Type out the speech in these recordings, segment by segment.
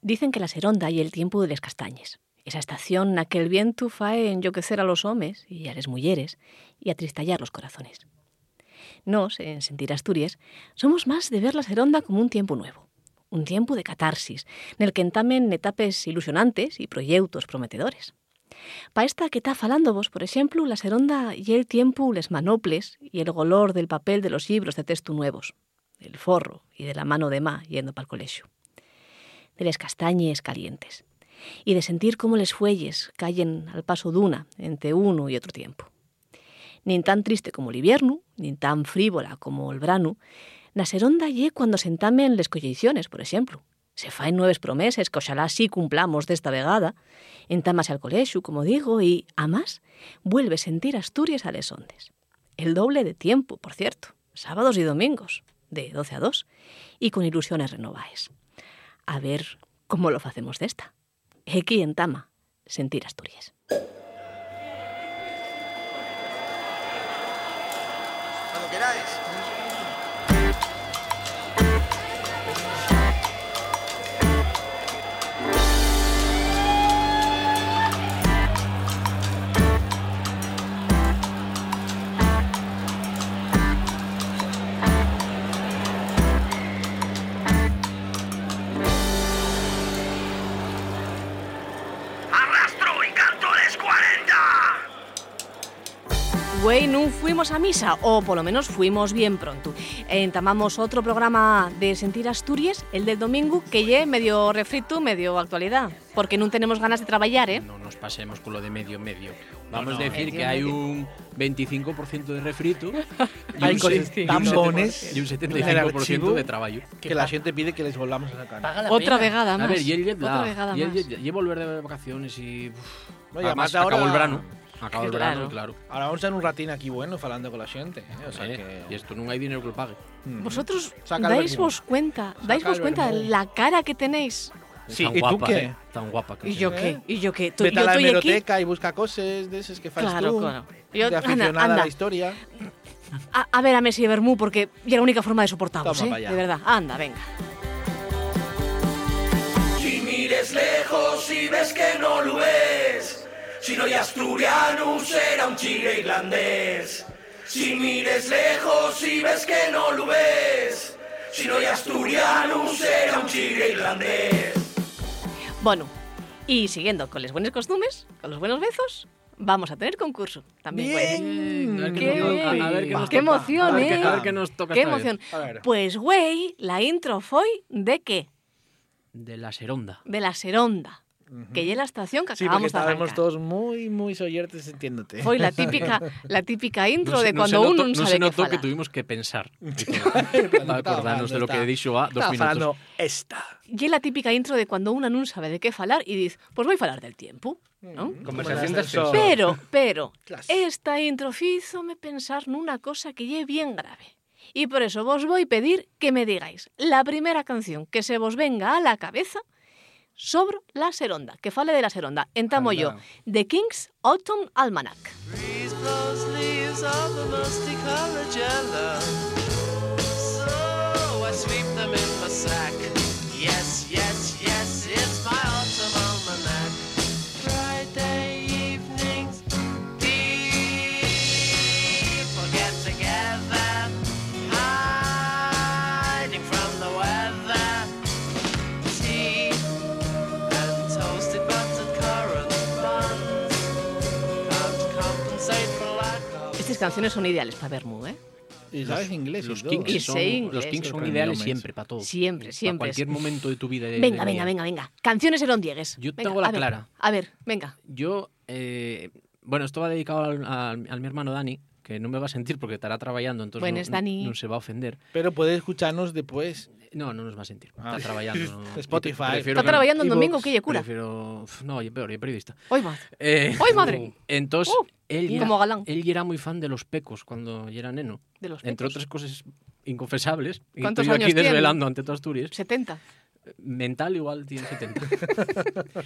Dicen que la seronda y el tiempo de les castañes. Esa estación na que el viento fae enloquecer a los homes e a les mulleres e atristallar los corazones. Nos, en Sentir Asturias, somos más de ver la seronda como un tiempo nuevo, un tiempo de catarsis, nel que entamen etapes ilusionantes e proyectos prometedores. Pa esta que está falando vos, por exemplo, la seronda e el tiempo les manoples e el golor del papel de los libros de texto nuevos, del forro e de la mano de má yendo pa'l colexio. De les castañes calientes y de sentir cómo les fuelles caen al paso d'una entre uno y otro tiempo. Nin tan triste como el invierno, nin tan frívola como el verano, na seronda ye cuando sentamen les colleiciones, por exemplo, Se faen nueves promeses que oxalá sí cumplamos desta vegada. Entámase al colexo, como digo, y, a más, vuelve sentir Asturias a les ondes. El doble de tiempo, por cierto, sábados y domingos, de 12 a 2, y con ilusiones renovaes. A ver cómo lo facemos desta. Aquí en Tama, sentir Asturias. Cuando queráis. Arrastro y canto les 40. Güey, no fuimos a misa, o por lo menos fuimos bien pronto. Entamamos otro programa de Sentir Asturias, el del domingo, que ye medio refrito, medio actualidad, porque no tenemos ganas de trabajar, ¿eh? No nos pasemos con lo de medio medio. Vamos no. a decir Medio, que hay medio. un 25% de refrito y Hay un, con se- y un tambones 70% y un en el 75% archivo de trabajo. que la gente pide que les volvamos a sacar. Paga la pena. Otra vegada A más. ver, y el jet Otra lag, vegada y el más. jet lag, y volver de vacaciones y... uf, No, y además, además ahora- acabó el verano. Acabó el Claro. verano, y claro. Ahora vamos a estar un ratín aquí bueno falando con la gente. ¿eh? O sea Eh, Y que... esto nunca hay dinero que lo pague. Mm. Vosotros Saca el dais vermú. vos cuenta, dais Saca vos el cuenta de vermú. la cara que tenéis. Sí, tan ¿y tú guapa, qué? eh, tan guapa que ¿Y sí. yo sí. qué? ¿Y yo qué? Tú- Vete a yo la estoy aquí. hemeroteca y busca cosas de esas que haces Claro, tú. claro. Yo, De anda, aficionada a anda. la historia. A, a ver a Messi y Bermú, porque ya la única forma de soportarlos, Toma ¿eh? pa' allá. De verdad. Anda, venga. Si mires lejos y ves que no lo es, si no hay asturiano será un chile irlandés. Si mires lejos y ves que no lo ves, si no hay asturiano será un chile irlandés. Bueno, y siguiendo con los buenos costumes, con los buenos besos, vamos a tener concurso. También güey. A ver Qué qué nos- a- a- a ver bien. nos Qué toca. emoción, A ver qué- ¿eh? A ver qué nos toca ¡Qué esta vez. emoción! A ver. Pues, güey, la intro fue de qué? De la seronda. De la Seronda, que ya la estación que Sí, porque acabamos de arrancar. estábamos todos muy, muy soyertes sintiéndote. Fue la típica, la típica intro No se- de no cuando se uno notó- no no sabe se qué notó que fala. tuvimos que pensar. Estaba Para acordarnos de lo que he dicho a dos Estaba minutos. falando esta. Y es la típica intro de cuando una no sabe de qué falar y dice, pues voy a falar del tiempo, ¿no? Conversación de sexo. Pero, pero, Clas. esta intro fízome pensar nunha cosa que lle bien grave. Y por eso vos voy a pedir que me digáis la primera canción que se vos venga a la cabeza sobre la seronda, que fale de la seronda. Entamo yo, Anda. The King's Autumn Almanac. Breeze blows leaves of the musty colored jello. So I sweep them in my sack. Yes, yes, yes, it's my autumn almanac. Friday evenings, people get together, hiding from the weather. Tea and toasted buttered currant buns. Estas canciones son ideales para Bermú, ¿eh? Y sabes inglés. y Los todo. Y Kings, sé son, inglés, los Kings sí. son ideales siempre para todo. Siempre, Para siempre. cualquier momento de tu vida. de- Venga, de día. venga, venga, venga. Canciones erondiegues. Yo Venga, tengo la a ver, clara. A ver, venga. Yo, eh, bueno, esto va dedicado al, al- al mi hermano Dani, que no me va a sentir porque estará trabajando, entonces Buenas, no, Dani. no se va a ofender. Pero puedes escucharnos después. No, no nos va a sentir. Ah. Está trabajando. no. Spotify. Prefiero Está que no- trabajando en iVoox, domingo, que lle cura. Prefiero... uf, No, yo peor, yo periodista. Hoy va. Eh, ¡Ay, madre! Entonces, Oh, él, ya- Como galán. él ya era muy fan de los pecos cuando ya era neno. De los Entre picos. otras cosas inconfesables. Y ¿Cuántos estoy yo aquí años tiene? desvelando ante todas Asturias. 70. Mental igual tiene 70.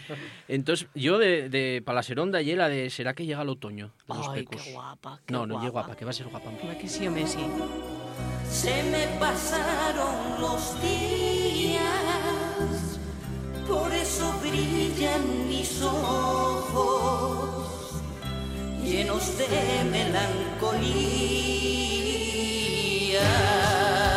Entonces, yo de, de Palaseronda y la de ¿será que llega el otoño? De los Ay, pecos. qué guapa. Qué No, no llega guapa. guapa, que va a ser guapa. Hombre, que sí, hombre, sí. Se me pasaron los días por brillan mis ojos llenos de melancolía.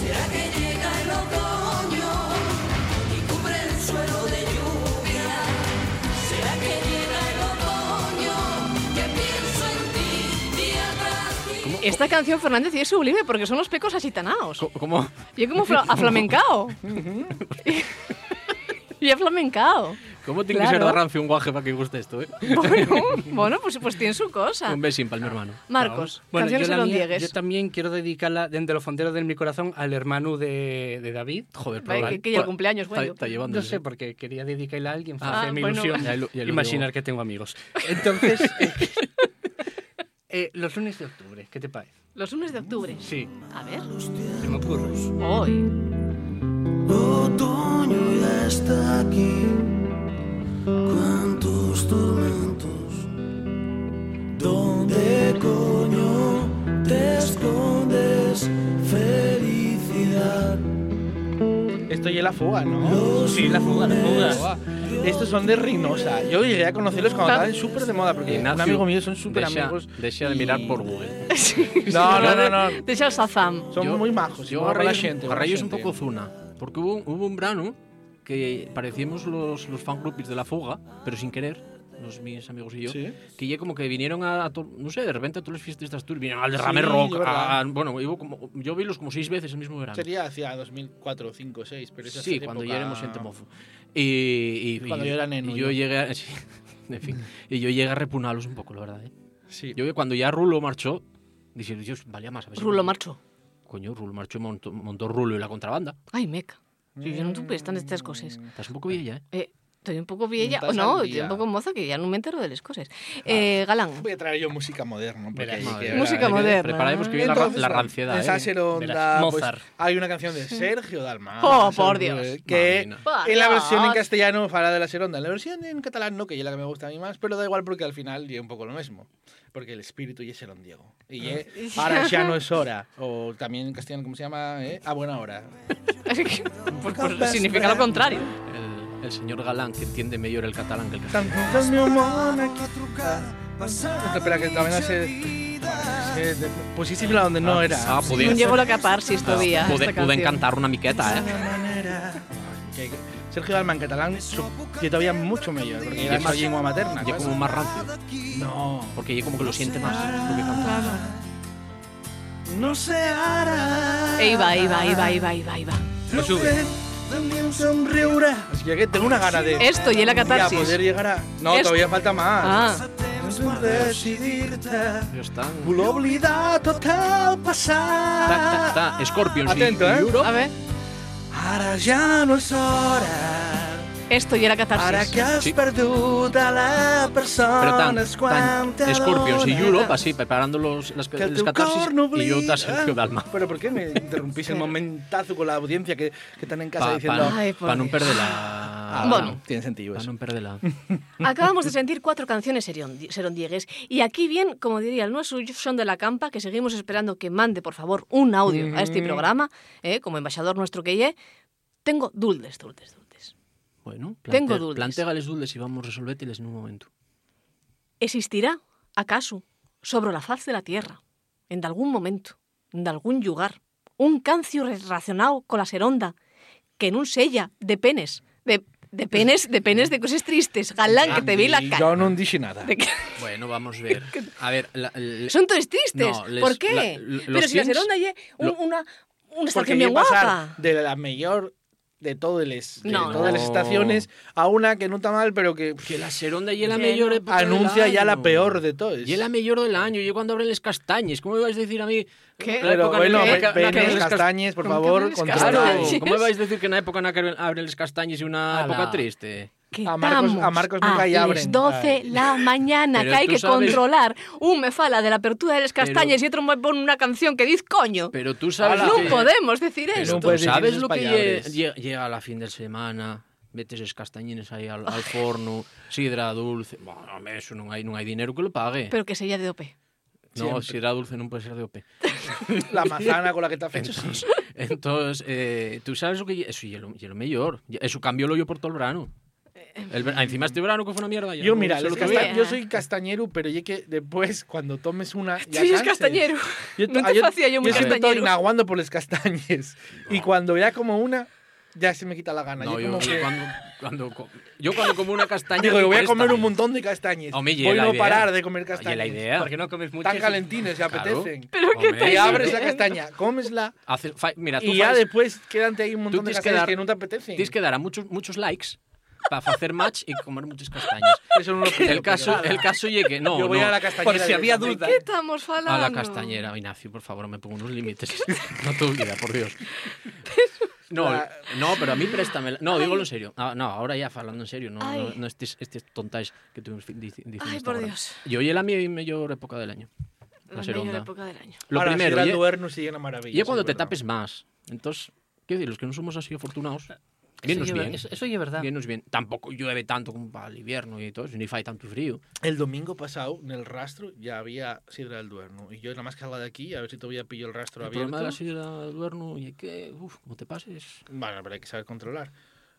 ¿Será que llega el otoño y cubre el suelo de lluvia? ¿Será que llega el otoño que pienso en ti día tras día? Esta canción, Fernández, y es sublime porque son los pecos asitanaos. ¿Cómo? Yo como fla- aflamencao. y aflamencao. ¿Cómo tiene que ser Claro. de rancio un guaje para que guste esto, eh? Bueno, bueno pues, pues tiene su cosa. Un besin para mi hermano. Marcos, Bueno, canciones yo, de la Don mía- yo Diegues. también quiero dedicarla desde los fonderos de mi corazón al hermano de, de David. Joder, Vale, pero... que- que ya el cumpleaños, está, bueno. está llevando. ¿eh? No sé, porque quería dedicarla a alguien, fue Ah, hacerme bueno. ilusión Ya ilu- ya iludió. imaginar que tengo amigos. Entonces, eh, los lunes de octubre, ¿qué te parece? Los lunes de octubre. Sí, A ver. se me ocurre. Hoy. Otoño ya está aquí. Cuántos tormentos. ¿Dónde coño te escondes, felicidad? Esto ya es la fuga, ¿no? Sí, la fuga, la fuga. Estos son de Reynosa. Yo llegué a conocerlos cuando estaban súper de moda, porque un Ignacio, amigo mío son súper deja- amigos. deja de y- mirar por Google. No, no, no, no. Deixa el Sazam. Son Yo- muy majos. Yo a Reyes, a Reyes un poco zuna. Porque hubo, un- hubo un verano que parecíamos los, los fan groupies de la fuga, pero sin querer, los, mis amigos y yo, Sí. que ya como que vinieron a, a to- no sé, de repente a todas las fiestas de Astur, vinieron al Sí, derrame rock, de verdad. a- a- bueno, hubo como- yo vi los como seis veces el mismo verano. Sería hacia 2004, 2005, 2006, pero esa sí, época- cuando ya éramos gente mofo. Y, y- Cuando y- yo era neno, y yo yo. llegué a, sí, en fin, y yo llegué a repugnarlos un poco, la verdad. ¿eh? Sí. Yo que cuando ya Rulo marchó, dije, Dios, valía más. A ver si- Rulo marcho. Coño, Rulo marchó, montó, montó Rulo y la contrabanda. Ai, meca. Si yo no supe estan estas coses. Estás un poco vieja, ¿eh? Eh, estoy un pouco vieja, Estás o no, al estoy día. un pouco moza que ya no me entero de las cosas. Eh, Galán, Voy a traer yo música moderna. porque Verás, ahí madre. que- Música verás. moderna. Prepararemos que viene la ra- Entonces, la, bueno, ranciedad. En ¿eh? Sácer Onda, Verás, pues, Mozart. hay una canción de Sergio Dalma. Oh, Sergio, por Dios. eh, Que Mamma mia. en la Por versión en Dios. castellano fala de la Seronda. En la versión en catalán no, que es la que me gusta a mí más, pero da igual porque al final llega un poco lo mismo. Porque el espíritu y es el Diego. Y ye, ahora ya no es hora. O también en castellano, ¿cómo se llama? eh? A buena hora. pues, pues significa lo contrario. El, el señor Galán, que entiende mejor el catalán que el castellano. Tantas mi amor, aquí Pasar Espera, que también hace. Pusiste Pusísimo donde no era. Ah, podía No ser. llevo la capar si esto día. Pude, pude encantar una miqueta, ¿eh? Que- que Sergio Dalma en catalán, su- yo todavía mucho mejor, porque era Yo su más- lengua materna. Yo ¿sabes? como más rancio, No. Ah. porque yo como que lo siente más lo que canta. No se hará. Ei, va, ei, va, ei, va, ei, va, ei, va, ei, va. Lo sube. Así que tengo una gana de. Esto y la de catarsis. poder llegar a. No, Esto. todavía falta más. Ah, Dios, está, L'oblidar tot el passat. está, está Scorpions y- Atento, ¿eh? y Europe. a ver. Ara ja no és hora. Esto y la Ara catarsis. que has Sí. perdut a la Pero persona tan, és quan tan Scorpions y t'adones. Europe, así, preparando los, las, Que las tu catarsis, corno y yo oblida. está Sergio Dalma. Pero ¿por qué me interrumpís el momentazo con la audiencia que, que están en casa Para diciendo. pa- Ay, por no Dios. perderla. "Ah, Bueno. Tiene sentido Para eso. no perderla. Acabamos de sentir cuatro canciones seron- serondiegues y aquí bien, como diría el nuestro son de la campa, que seguimos esperando que mande, por favor, un audio a este programa, eh, como embajador nuestro que ye, tengo duldes, duldes, duldes. Bueno, Tengo plante- dudas. plantegales dudas y vamos a resolvételes en un momento. Existirá, acaso, sobre la faz de la tierra, en algún momento, en algún lugar, un cancio relacionado con la seronda, que en un sella de penes, de, de penes, de penes de cosas tristes, galán, que te vi la Y cara. Yo no dije nada. De que- Ah, Bueno, vamos a ver. A ver, la- el- Son todos tristes. No, les- ¿Por qué? la- l- Pero los si la Sims- Serona ye un- lo- una, una Porque estación voy bien a pasar guapa. de la mejor de, todas las de No, todas no. las estaciones a una que no está mal, pero que. que la seronda y la Bueno. mayor época del Anuncia ya la año. peor de todas. Y la mayor del año, yo cuando abren las castañas, ¿cómo me vais a decir a mí? ¿Qué? La Pero época bueno, en la ve- que- ven la que- los las cas- castañes, por ¿Con qué favor, ves controlar. Claro, castañas? ¿cómo me vais a decir que en la época en la que abren las castañas y una Ala. época triste? Que A Marcos- estamos a Marcos nunca a ya les abren. 12 la mañana, Pero que hay tú que sabes- controlar. Un me fala de la apertura de las Pero- castañas y otro me pone una canción que dice coño. Pero tú sabes Ala. lo no que- podemos decir Pero eso. No tú puedes decir sabes esas lo que lle- palabras. lle- llega a la fin de semana, metes esos castañines ahí al, al forno, sidra dulce. Bueno, hombre, eso no hay, no hay dinero que lo pague. Pero que sella de dope. No, Siempre. si era dulce no puede ser de OP. La manzana con la que te has fecho, sí. Entonces, entonces eh, tú sabes lo que lle- eso hielo, hielo mellor. Eso cambió lo yo por todo el verano. Eh, El ver- ah, encima este verano que fue una mierda. ya Yo, no mira, sé les lo que casta- había. había. yo soy castañero, pero ya que después, cuando tomes una. ya Sí, canses. es castañero. Yo, No ah, te hacía yo muy Yo siempre estoy castañero. inaguando por los castañes. Y cuando ya como una, ya se me quita la gana. No, yo, yo, como que- cuando, cuando co- yo cuando como una castaña digo, digo, voy a "Esta comer es". un montón de castañes. Hombre, y voy la a no idea. parar de comer Oye, castañas. la idea. Porque no comes mucho. Tan calentines, se Claro. apetecen. Hombre, Y sí. abres la castaña, cómesla Hace- fa- mira, tú y ya faes- después quédate ahí un montón de tienes que castañas dar- que no te apetecen. tienes que dar a muchos, muchos likes para hacer match y comer muchas castañas. Eso no lo pido, El caso, porque- el caso llegue que no, Yo voy no, a la castañera. Por si había directamente. duda. ¿Qué estamos hablando? a la castañera, Ignacio, por favor, me pongo unos límites. No te olvides, por Dios. No, La- no, pero a mí préstame. la- No, digo en serio. Ah, no, ahora ya falando en serio, no, Ay. no, no estes, estes tontais que tuvimos dic- dic- diciendo Ay, hasta por ahora. Dios. Yo hoy la mi mejor época del año. La ser mayor onda. época del año. Lo Ahora, si primero, era ye- duerno, sí, era maravilla, y es cuando sí, te verdad. tapes más. Entonces, quiero decir, los que no somos así afortunados, Eh, bien nos Eso, bien. eso, eso ya es verdad. Bien nos bien. Tampoco llueve tanto como para el invierno y todo eso, ni fai tanto frío. El domingo pasado, en el rastro, ya había sidra del duerno. Y yo nada más que salga de aquí, a ver si todavía pillo el rastro El abierto. problema de la sidra del verano y que, uff, como te pases. Bueno, pero hay que saber controlar.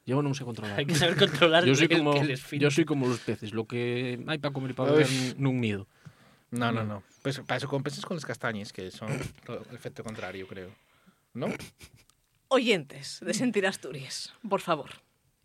Yo no me sé controlar. Hay que saber controlar Yo soy, el- como, el esfínter. yo soy como los peces, lo que hay para comer y para beber Uf. en un nido. No, Mm. no, no. Pues para eso compenses con las castañas, que son el efecto contrario, creo. ¿No? Oyentes de Sentir Asturias, por favor,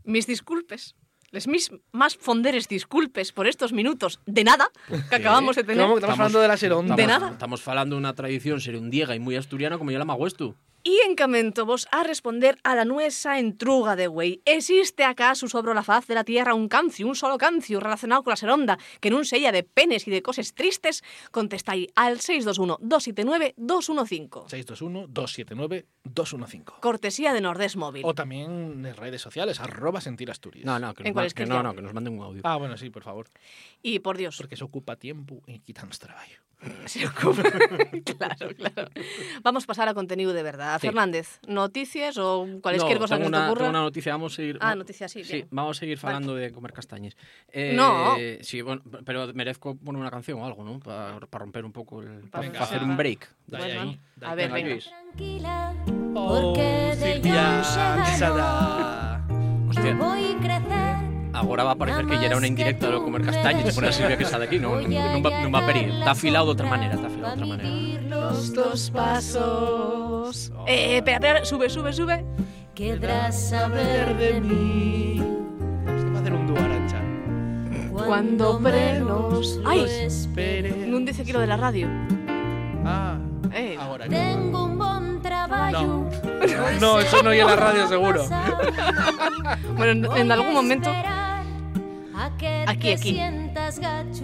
mis disculpes, les mis más fonderes disculpes por estos minutos de nada que acabamos de tener. Estamos, estamos hablando de la seronda. De nada. Estamos falando de una tradición serundiega y muy asturiana como yo la maguestu. Y encamento vos a responder a la nuesa entruga de güey. ¿Existe acaso sobre la faz de la tierra un cancio, un solo cancio relacionado con la seronda, que en un sella de penes y de cosas tristes? Contestáis al 621-279-215. 621-279-215. Cortesía de Nordés Móvil. O también en redes sociales, arroba sentir Asturias. No, no, que ¿En nos, cuál ma- es que que no, ya? no, que nos manden un audio. Ah, bueno, sí, por favor. Y por Dios, Porque eso ocupa tiempo y quitamos trabajo. se ocupa. claro, claro. Vamos a pasar a contenido de verdad. Sí. Fernández, noticias o cualquier No, cosa que tengo se te una, ocurra. tengo una noticia, vamos a seguir... Ah, va- noticia, sí, Sí, bien. vamos a seguir hablando de comer castañas. Eh, No. Sí, bueno, pero merezco poner una canción o algo, ¿no? Para romper un poco el... Pa- Para Venga, hacer sí. un break. Dale Bueno, ahí, dale Pues a ahí. ver, venga. Luis. Tranquila, Oh, porque de Silvia, yo Quesada. no Hostia, voy a crecer. ahora va a parecer que ya era una indirecta de lo comer castañas y poner a Silvia que está de aquí, no, no, no, va- no va a pedir. Está afilado de otra manera, está afilado de otra manera. Los Los pasos. Eh, eh, espera, espera, sube, sube, sube. querrás saber de mí Se va a hacer un dúo arancha. Cuando menos lo esperes. No dice que lo de la radio. Ah, Eh, ahora no. Tengo un buen trabajo. No. No, eso no oye la radio seguro. bueno, en, en algún momento. Aquí, Aquí, aquí. aquí.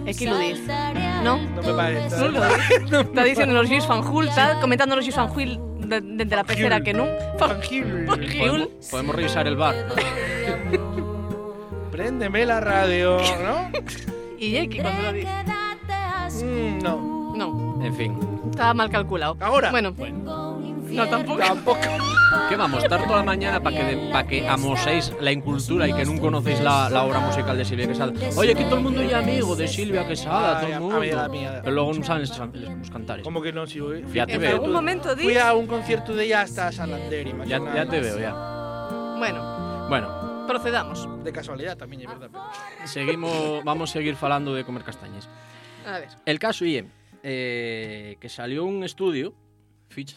Aquí lo dices. No. No me parece. No lo Está diciendo los Gis Van Hul, está comentando los Gis Van Hul desde la pecera que no. Van Tranquilo. Podemos, podemos revisar el bar. Préndeme la radio, ¿no? Y Yeki cuando lo dice. Mm, no. No, En fin. estaba mal calculado. Ahora. Bueno, no tampoco. Tampoco. ¿Qué vamos? Estar toda la mañana para que, de- pa' que amoséis la incultura y que no conocéis la, la obra musical de Silvia Quesada. Oye, que todo el mundo ya amigo de Silvia Quesada, todo Ay, el amiga mundo. mía. Pero luego no saben los can- los cantares. ¿Cómo que no? Si voy- Ya te En veo. algún momento Fui dice. a un concierto de ella hasta San Ander, Ya, imagínate. ya te veo, ya. Bueno, Bueno, procedamos. De casualidad también, es verdad. pero- seguimos, vamos a seguir falando de comer castañas. A ver. El caso IEM, eh, que salió un estudio. Fitch.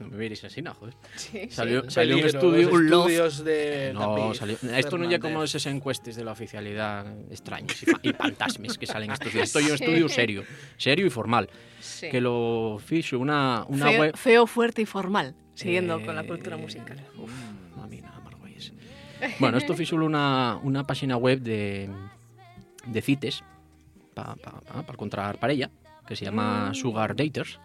No me miréis así, no, joder. Sí. Salió, salió un Peligro, estudio. los estudios de No, David salió. Esto no ya Fernández. como esas encuestes de la oficialidad extrañas y, fa- y fantasmes que salen estos días. Esto es un estudio serio, serio y formal. sí. Que lo ficho una, una feo, web. feo, fuerte y formal, siguiendo Eh, con la cultura musical. Uf, a mí nada más guays. Bueno, esto ficho una, una página web de, de cites para encontrar parella que se llama Sugar Daters.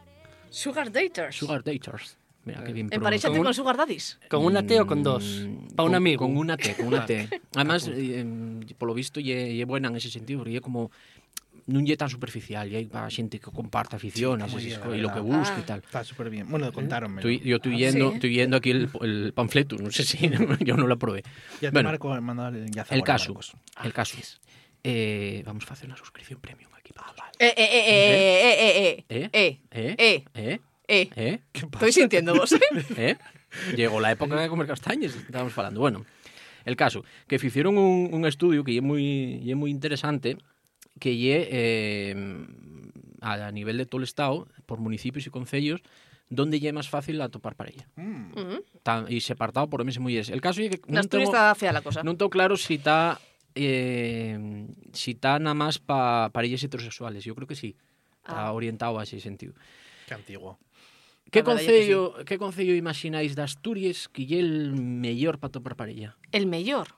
Sugar Daters. Sugar Daters. Mira, qué bien Emparejate pronunciado. con Sugar Daddies. ¿Con una T o con dos? Mm, Para un con- amigo. Con una T, con una T. Además, eh, em, por lo visto, ye, ye buena en ese sentido, porque ye como non ye tan superficial, ye para xente que comparta aficiones moi esas bien, co- la e lo que verdad. busca Ah. e tal. Está súper bien. Bueno, Ah, contáronme. Estoy- yo estoy yendo, estoy yendo aquí el, el panfleto, no sé si yo no lo probé. Ya te Bueno, Marco, mandado el enlace el ahora, caso, Marcos. el caso. eh, vamos a hacer una suscripción premium aquí. Ah, vale. Eh, eh, eh, eh, eh, eh, eh, ¿Eh? eh, ¿Eh? Eh. ¿Eh? eh, eh. ¿Eh? Estoy sintiendo vos, ¿eh? ¿Eh? Llegó la época de comer castañas, estábamos falando. Bueno, el caso, que hicieron un, un estudio que é moi, é moi interesante, que é eh, a, a nivel de todo o Estado, por municipios e concellos, donde lle é máis fácil atopar parella. Ujú. Tan, e separtado por homes e mulleres. El caso é que En non Asturias tengo, está fea la cosa. non tengo claro si está eh, si está nada máis pa parellas heterosexuales. Eu creo que sí. Está Ah. orientado a ese sentido. Qué antiguo. Que A verdade é que concello, que concello imaxináis de Asturias que lle el mellor para topar parella? El mellor.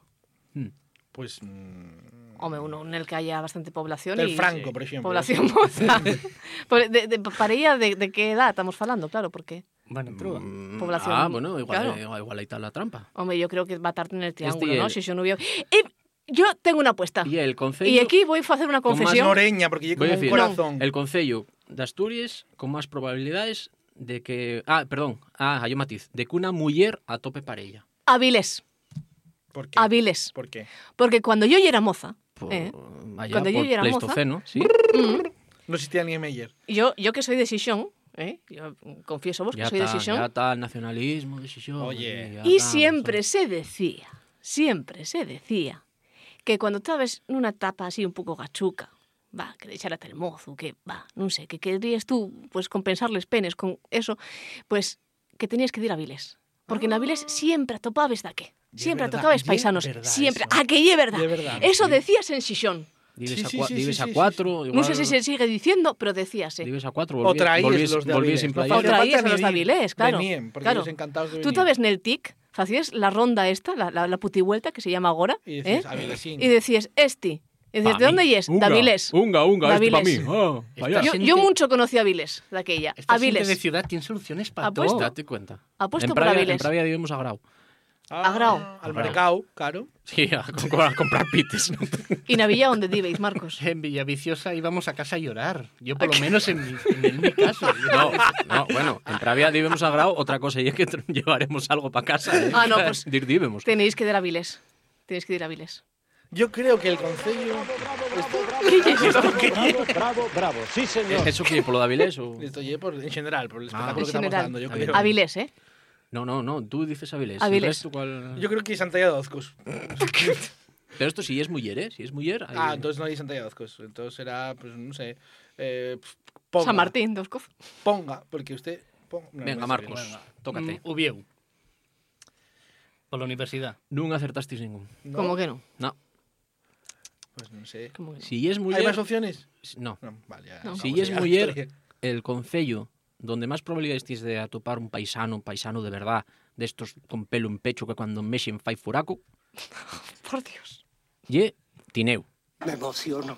Pues. mm, Home, uno en el que haya bastante población. El y- Franco, por ejemplo. Población moza. Por- de, de, para ella, de, de qué edad estamos falando? Claro, porque... Bueno, trova. Mm, Población, Ah, bueno, igual, claro. igual, igual aí está la trampa. Home, yo creo que va a tardar en el triángulo, Este ¿no? el- Si yo no veo... Eh, yo tengo una apuesta. E el concello Y aquí voy a hacer una Con más Más confesión. noreña, porque lleva Voy como a un decir, corazón. el concello de Asturias con máis probabilidades de que ah, perdón, ah, hai un matiz, de que unha muller atope parella. Avilés, ¿Por qué? Avilés. ¿Por qué? Porque cuando yo ya era moza, Por, eh, allá Cando por yo era moza. Pleistoceno, sí. No existía ni Meyer. yo, yo que soy de Xixón, eh, yo confieso vos que Ya soy de está, ya Xixón, está el nacionalismo de Xixón. Oye. ya y está, siempre se decía, siempre se decía, que cuando estabas en una etapa así un pouco gachuca, va, que deixarate el mozo, que va, non sei, que querías tú pues compensarles penes con eso, pues que tenías que ir a Avilés. Porque en Ah. Avilés siempre atopabes daque. Ye Siempre verdad, atopabes ye paisanos. verdad Siempre. eso. A que ye verdad. Ye verdad. Eso decías en Xixón. Vives Sí, a, sí, cua- sí, vives sí, a sí, sí. cuatro, No sé si se sigue diciendo, pero decías, eh. Vives a cuatro, O volvías, traíes volvías, los de volvías Avilés, sin no playa. falta O traías ni a los de venir. Avilés, claro, Venían, porque claro. ellos encantados de Tú venir. estabas en el TIC, hacías la ronda esta, la, la, la putivuelta que se llama ahora, Y decías, ¿eh? Avilesín. y decías, este. Y decías, Pa ¿de dónde mí. es? De Avilés. Unga, unga, este para mí. Davilés. Ah, pa allá. Yo, Este Gente- yo mucho conocí a Avilés de aquella. Esta gente de Avilés. ciudad tiene soluciones para Apuesto. todo. Date cuenta. Apuesto en por Pravia, Avilés. En Pravia vivimos a Grau. Ah, Agrao. Al Agrao. mercado, claro. Sí, a, co- a comprar pites. ¿no? Y Navilla, donde vivéis, Marcos. En Villaviciosa íbamos a casa a llorar. Yo por lo menos en mi, en- en mi caso. No, no, bueno, en Pravia vivimos a Grau. Otra cosa y es que tr- llevaremos algo para casa. ¿eh? Ah, no, pues- Dir, vivemos. Tenéis que ir a Avilés. Tenéis que ir a Avilés. Yo creo que el concello. ¿Eso qué? Eh, ¿Por lo de Avilés? O... Ah. Esto lleva eh, por, en general, por el Ah. espectáculo En que estamos general. dando, yo Está bien. creo. Avilés, ¿eh? No, no, no. Tú dices Avilés. Avilés. El resto, ¿cuál? Yo creo que Santalla de Ozcos. Pero esto sí es mujer, ¿eh? Si es mujer. ahí- Ah, entonces no hay Santalla de Ozcos. Entonces era, pues no sé. Eh, ponga. San Martín, Doscoz. Ponga, porque usted. ponga- no, Venga, no sé, Marcos, venga. tócate. Mm, Ubieu. Por la universidad. No acertasteis ningún. No, ¿Cómo que no? No. Pues no sé. ¿Cómo que no? Si es ¿Hay más mujer. opciones? No. No, vale, ya. No. acabamos Si es ya la muller, historia. el concello donde máis probabilidades tis de atopar un paisano, un paisano de verdad, destos con pelo en pecho que cuando mexen fai furaco, Por Dios. lle Tineu. Me emociono.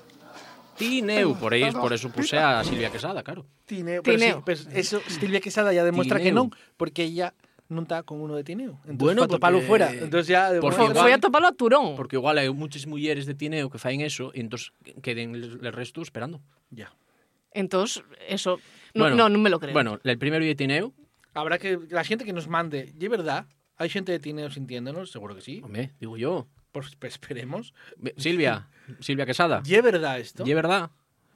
Tineu, por aí, por eso puse a Silvia Quesada, claro. Tineo. Pero sí, Tineo. pero eso, Silvia Quesada ya demuestra que Tineo. no, porque ella no está con uno de Tineo. Entonces, Bueno, bueno, pues palo porque- fuera. Entonces ya. de Porque Fo- momento- igual- Voy a toparlo a Turón. Porque igual hai muchas mulleres de Tineu que faen eso e entón queden el resto esperando. Ya. Entonces, eso. No, no, no me lo creo. Bueno, el primero de Tineu, Habrá que. La gente que nos mande. ¿Y es verdad? ¿Hay gente de Tineo sintiéndonos? Seguro que sí. home, digo yo, Pues esperemos. Ve- Silvia, Silvia Quesada, ¿Y es verdad esto? lle verdad?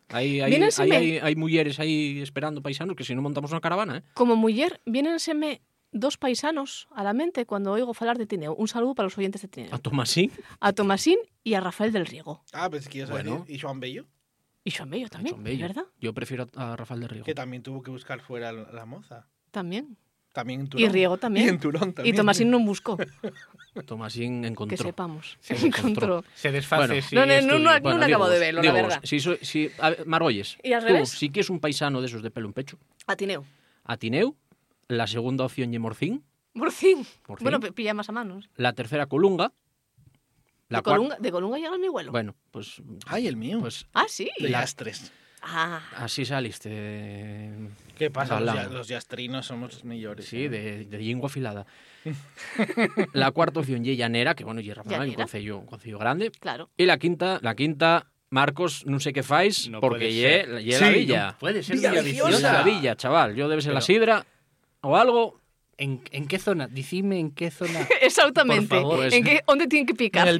Hai, hai, Vienen sin hai, me- hai, hai mulleres aí esperando paisanos que se non montamos unha caravana, eh? Como mujer, viénenseme dos paisanos a la mente cuando oigo hablar de Tineo. Un saludo para los oyentes de A Tineo. Tomasín, A Tomasín y a Rafael del Riego. Ah, pues que ya sabes. Bueno. ¿Y Joan Bello? Y Joan Bello a también, John Bello. ¿verdad? Yo prefiero a Rafael de Rigo. Que también tuvo que buscar fuera la la moza. También. También en Turón. Y Riego también. Y en Turón también. Y Tomasín no buscó, Tomasín encontró. que sepamos. Sí, Encontró. encontró. Se desface. Bueno. si No, no, es no, tu- no, Bueno, no, acabo digo, de verlo, la digo, verdad. Si, so- si, a ver, Margolles, ¿Y al tú, revés? si quieres un paisano de esos de pelo en pecho, A Tineo. a Tineu, la segunda opción y Morcín, Morcín. Morcín. Bueno, pi- pilla más a manos. la tercera Colunga, la de, cuarta... Colunga, de Colunga llega mi vuelo. Bueno, pues, Ay, el mío. pues Ah, sí. de la- Yastres. Ah, así saliste. ¿Qué pasa? Los, Galán. ya- los yastrinos somos ¿eh? millones. Sí, de, de lengua afilada. la cuarta opción y Llanera, que bueno, y Rafael, un Llanera. concello, un concello grande. claro. Y la quinta, la quinta, Marcos, no sé qué fais, No porque puede lle, ser. lle la Sí, villa. Puede ser Yo Villaviciosa. de la villa, chaval. Yo debe ser la Pero- sidra o algo. ¿En, en qué zona? Decidme en qué zona. Exactamente. Por favor. ¿En qué, ¿Dónde tienen que picar? En el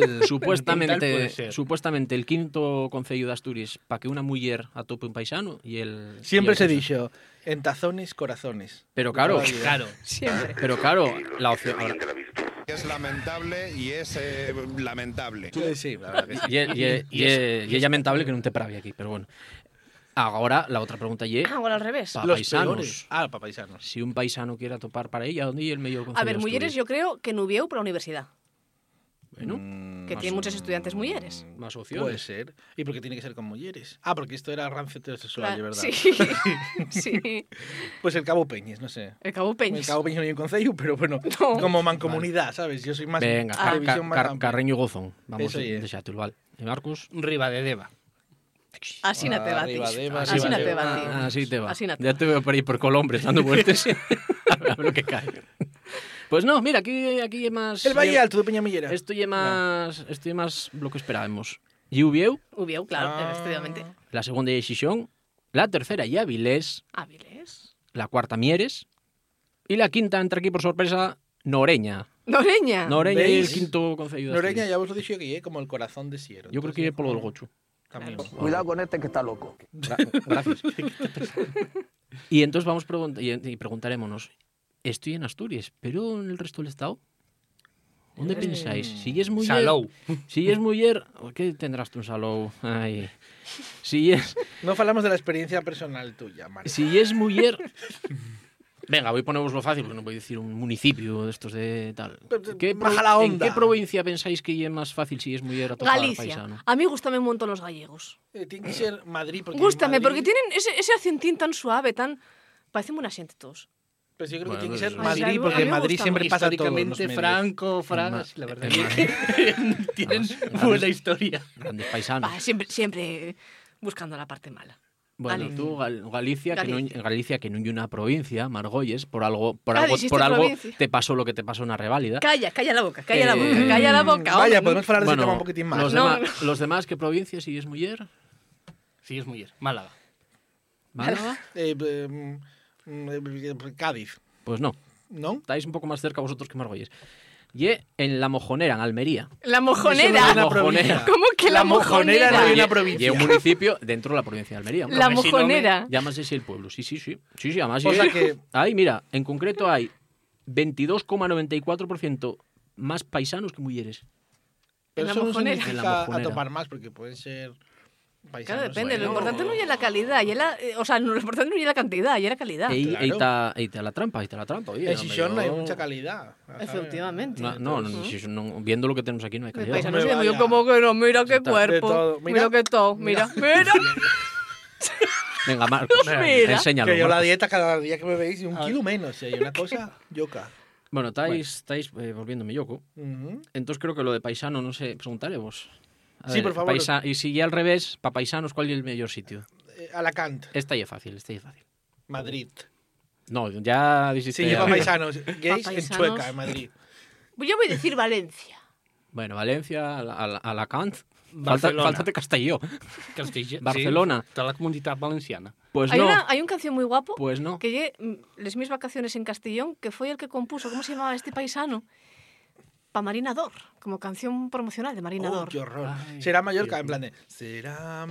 Tal puede Pues Supuestamente, ser. supuestamente el quinto concello de Asturias para que una muller atope un paisano y el Siempre y el se resto. dicho, en tazones, corazones. Pero claro, Claro. Siempre. pero claro, la opción ahora- Es lamentable y es eh, lamentable. Sí, la verdad que sí. y, y- y- y es lamentable que non te pravi aquí, pero bueno. Ahora la otra pregunta es Ah, bueno, al revés. pa Los paisanos. peores. Ah, para paisanos. Si un paisano quiere atopar para ella, ¿dónde es el mejor concello? A ver, mulleres yo creo que Nubieu para la universidad, Mm, Bueno, que tiene muchos estudiantes mulleres. más opciones. Puede ser. ¿Y por qué tiene que ser con mujeres? Ah, porque esto era rancio heterosexual, de Claro, verdad. Sí, sí. Pues el Cabo Peñes, no sé. El Cabo El Peñas. Cabo Peñes no hay un concello, pero bueno, No. como mancomunidad, ¿sabes? Yo soy más. Venga, de Car- visión Car- más Car- amplia. Carreño Gozón. Vamos, Eso es. deixátelo, vale. E Marcos? Riva de Deva. Así no te Arriba, batís. Deva, Así arriba, no te Deva. batís. Ah, así te va. Así no te ya te veo por ahí por Colombres dando vueltas. a ver lo que cae. Pues no, mira, aquí, aquí es más... eh, El Valle Alto de Peñamillera. Esto es más, esto é más lo que esperábamos. Lluvieu, Ubieu, claro, Ah. efectivamente. la segunda es Xixón, la tercera y Avilés, Áviles. la cuarta Mieres y la quinta entra aquí por sorpresa Noreña. Noreña. Noreña é el ¿Veis? quinto concello de Noreña, Asturias. ya os lo he dicho que es como el corazón de Sierra. Yo creo que é polo del gocho. También. Cuidado con este que está loco. Gracias. y entonces vamos pregun- y, y preguntarémonos, estoy en Asturias, pero en el resto del estado? ¿Dónde pensáis? Si es muy Salou. Si es muller, ¿qué tendrás tú un salou? Ay. Si es No falamos de la experiencia personal tuya, Mario. si es muller Venga, voy a poneroslo fácil, porque no voy a decir un municipio de estos de tal. ¿Qué pro- Baja la ¿En onda. qué provincia pensáis que es más fácil si es muller a tocar Galicia. paisano? A mí gustame un montón los gallegos. Eh, tiene que ser Madrid. Porque Gústame, Madrid- porque tienen ese, ese acentín tan suave, tan... Parecen buena gente todos. Pues yo creo Bueno, que tiene que pues- ser Ay, sí, Madrid, a mí- a mí porque me Madrid gusta siempre pasa todo. en los Históricamente, medios. Franco, Fran, Ma- sí, la verdad. en que Tienen buena historia. Grandes paisanos. Ah, siempre, siempre buscando la parte mala. Bueno, Vale. tú Gal- Galicia, que Galicia. no Galicia que no hay una provincia, Margolles, por algo por Ah, algo dijiste por algo provincia. te pasó lo que te pasó en la reválida. Calla, calla la boca, calla la Eh, pues, boca, calla la boca. Vaya, hombre. podemos hablar de ese Bueno, tema un poquitín más. Los, No, dema- los demás qué provincia si es muller? Sí, es muy bien. Málaga. Málaga? Eh, eh, mm, eh, Cádiz, Pues no, ¿no? estáis un poco más cerca vosotros que Margolles. Y en La Mojonera, en Almería. La Eso no mojonera. es una mojonera. ¿Cómo que la, La mojonera no mojonera? hay una Y provincia. un municipio dentro de la provincia de Almería. hombre. La Hombre, si no me- mojonera. Llámase así el pueblo. Sí, sí, sí. Sí, sí, además. O sí. sea que- Ahí, mira, en concreto hay 22,94% más paisanos que mujeres. Pero En la eso no mojonera. En significa la a mojonera. topar más, porque pueden ser paisanos. Claro, depende. Lo bueno, importante no es la calidad, y la, eh, o sea, no, lo importante no es la cantidad, y la calidad. Ahí claro. está la trampa, ahí está la trampa. oye, En no me Sisión no hay digo- mucha calidad. ¿sabes? Efectivamente. No, no, no, en Xixón no, viendo lo que tenemos aquí no hay De calidad. paisanos, hombre, y yo vaya. como que no, mira qué todo, cuerpo, todo. mira, Mira. qué todo, mira, mira. Venga, Marcos, Mira. enséñalo. Que yo la Marcos. dieta cada día que me veis, un kilo menos. Si hay una cosa, yoca. Bueno, estáis, estáis eh, volviéndome yoco. Ujú. Entonces creo que lo de paisano, no sé, preguntaremos. A Sí, por favor. paisa- y si ya al revés, para paisanos, ¿cuál es el mejor sitio? Eh, Alacant, Esta ya es fácil, esta ya es fácil. Madrid. No, ya dijiste... Sí, lleva ya. paisanos. Gays pues, en paisanos. Chueca, en Madrid. Pues yo voy a decir Valencia. Bueno, Valencia, Al- Al- Alacant, falta, Barcelona. falta Castelló. Castilla. sí. Barcelona. Toda la comunidad valenciana. Pues hay, no, una, hay un canción muy guapo pues no. que lle les mis vacaciones en Castellón, que fue el que compuso, ¿cómo se llamaba este paisano? Pa Marinador, como canción promocional de Oh, Marinador. qué horror. Ay, Será Mallorca, en plan de. Será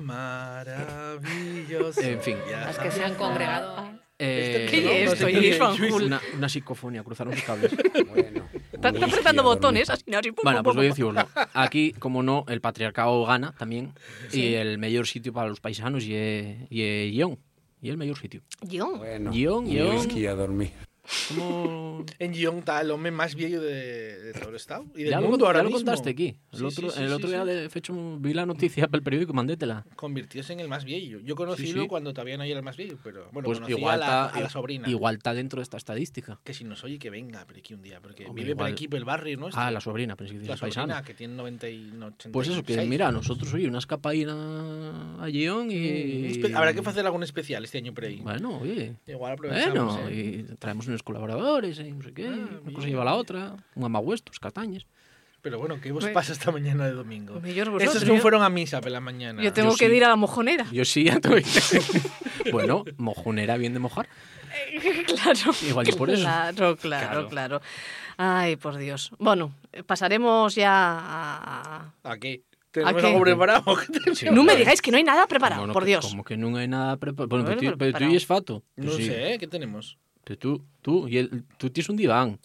maravilloso. En fin. Ya Las que se han congregado. Eh, ¿Qué Este no, es no esto? sé Y qué es Van es. Hool. una, una psicofonía, cruzaron los cables. Está está apretando botones así, ¿no? Así, pum, bueno, pum, pues voy a pum, pum. deciroslo. Aquí, como no, el patriarcado gana también. Y el mejor sitio para los paisanos y es Guión. Y el mejor sitio. Guión. Guión, guión. a dormir. ¿Cómo...? En Gion está el hombre más viejo de, de todo el estado. Y del Ya lo, mundo cont- ahora ya lo mismo. contaste aquí. El Sí, otro, sí, sí, el sí, otro sí. día de fecho vi la noticia pel periódico, mandétela. Convirtióse en el más viejo. Yo conocí Sí, sí. cuando todavía no era el más viejo, pero bueno, Pues conocí igual a, la, está, a la sobrina. igual está dentro de esta estadística. Que si nos oye, que venga por aquí un día, porque Hombre, vive igual. por aquí, por el barrio nuestro. Ah, la sobrina, pensé que La dices sobrina, paisana. que tiene 90 y 86. Pues eso, que mira, nosotros oye, una escapaína a Guión Un y... espe- Habrá que hacer algún especial este año por ahí. Bueno, oye... Igual aprovechamos. Bueno, ¿eh? y traemos unos colaboradores, e non sei que, unha cosa mira. lleva a la otra, un amaguesto, os castañes. Pero bueno, ¿qué os Bueno. pasa esta mañana de domingo? Mellor Estos vosotros, no Pues, yo- fueron a misa por la mañana. Yo Yo tengo que sí. ir a la mojonera. Yo sí, ya te Bueno, mojonera, bien de mojar. Claro. Igual y por eso. Claro, claro, claro, Ay, por Dios. Bueno, eh, pasaremos ya a... Aquí. ¿A Tenemos qué? algo preparado. Sí, no me claro. digáis que no hay nada preparado, Bueno, por que- Dios. Como que non hai nada preparado. Bueno, pero, No hay ti- nada pero tú preparado. y es fato. No Pues sí. sé, ¿eh? ¿qué tenemos? Pero tú, tú, y el, tú tienes un diván.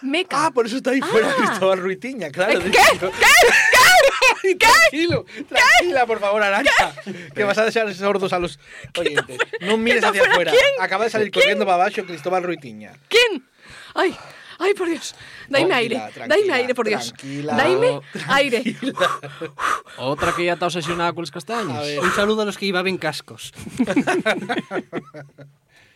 Me Ah, ca- por eso está ahí fuera Cristóbal Ruitiña, claro. Ah. ¿Qué? ¿Qué? ¿Qué? Tranquilo, tranquila, por favor, Arancha. Que vas a dejar sordos a los oyentes. No mires hacia afuera. Acaba de salir corriendo para abajo Cristóbal Ruitiña. ¿Quién? Ay, ay, por Dios. Dame Tranquila, aire, tranquila, dame aire, por Dios. tranquila. dame aire. Outra que ya está obsesionada con las A castañas. ver. Un saludo a los que llevaban cascos.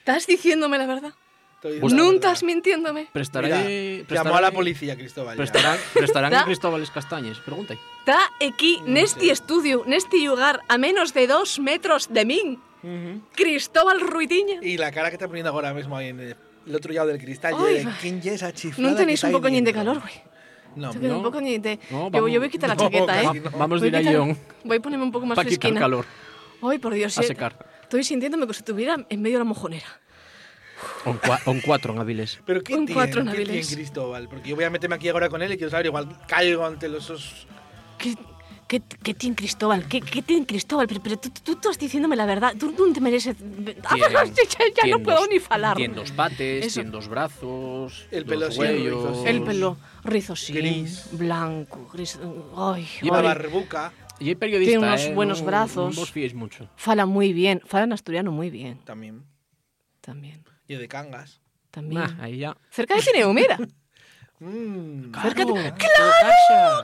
¿Estás diciéndome la verdad? Estoy Pues diciendo ¿No la estás verdad. mintiéndome? Prestaré... Mira, Llamó a la policía, Cristóbal. ya. Prestarán, prestarán Da- en Cristóbal las castañas. Pregunta aí. Está aquí, nesti estudio, nesti lugar, a menos de dos metros de mí. Ujú. Cristóbal Ruitiña. Y la cara que está poniendo ahora mismo ahí en el, el otro lado del cristal. Ay, de, va. ¿Quién ya esa chiflada No tenéis que un está poco ahí ni de dentro? calor, güey. No, Yo creo no. un poco ni de... No, yo, voy- yo vamos. voy a quitar la No, chaqueta, casi ¿eh? no. Vamos a voy, ir a quitar- Ion voy a ponerme un poco más para quitar fresquina. calor, Ay, por Dios. a eh, secar. Estoy sintiéndome como si estuviera en medio de la mojonera. O un, cua- o un cuatro en Avilés. Pero ¿qué Un tiene? cuatro en ¿Qué Avilés. tiene Cristóbal? Porque yo voy a meterme aquí ahora con él y quiero saber, igual caigo ante los esos ¿Qué, qué, qué tiene Cristóbal? ¿Qué, qué tiene Cristóbal? Pero, pero tú, tú, tú estás diciéndome la verdad. Tú no te mereces... Ah, Tien- ya- ya tien no puedo dos- ni falar. Tien dos pates, Eso. tien dos brazos, El dos pelo así, huellos. El pelo rizosín, Gris. blanco, gris... Ay, Lleva ay. barbuca. Y el periodista, Tiene unos eh, buenos no- brazos. No os fiéis mucho. Fala muy bien. Fala en asturiano muy bien. También. También. Y de cangas. También. Ah, ahí ya. Cerca de Tineo, mira. Mm. Acércate. ¡Claro!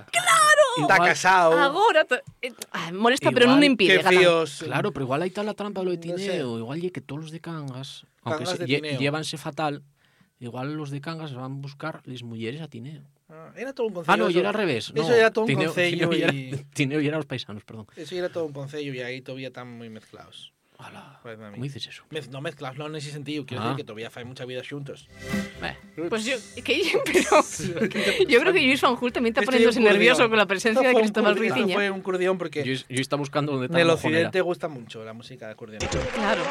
Está Igual- casado. Ahora. te- eh, ay, molesta, pero no Igual me Qué impide. galán. fríos. Claro, pero igual ahí está la trampa de lo de No sé. Tineo. Igual ye que todos los de Cangas, aunque Cangas se, de lle- Tineo. llévanse fatal, igual los de Cangas van a buscar les mulleres a Tineo. Ah, Era todo un concello. Ah, no, eso. y era al revés. Eso no. era todo un Tineo- concello Tineo y- era, Tineo y era los paisanos, perdón. Eso era todo un concello y ahí todavía están muy mezclados. Ala, Pues, mami. ¿Cómo dices eso? Mez- no mezclados, no en ese sentido. Quiero Ah. Eh. decir que todavía hay mucha vida juntos. Beh, Pues yo, que, pero, yo creo que Luis Fanjul también está Estoy poniéndose un curdión. nervioso con la presencia Esto de fue un Cristóbal ¿eh? curdión, esto Ruitiña. Fue un curdión porque yo, yo está buscando dónde en está el la mojonera. occidente gusta mucho la música de curdión. Claro, claro.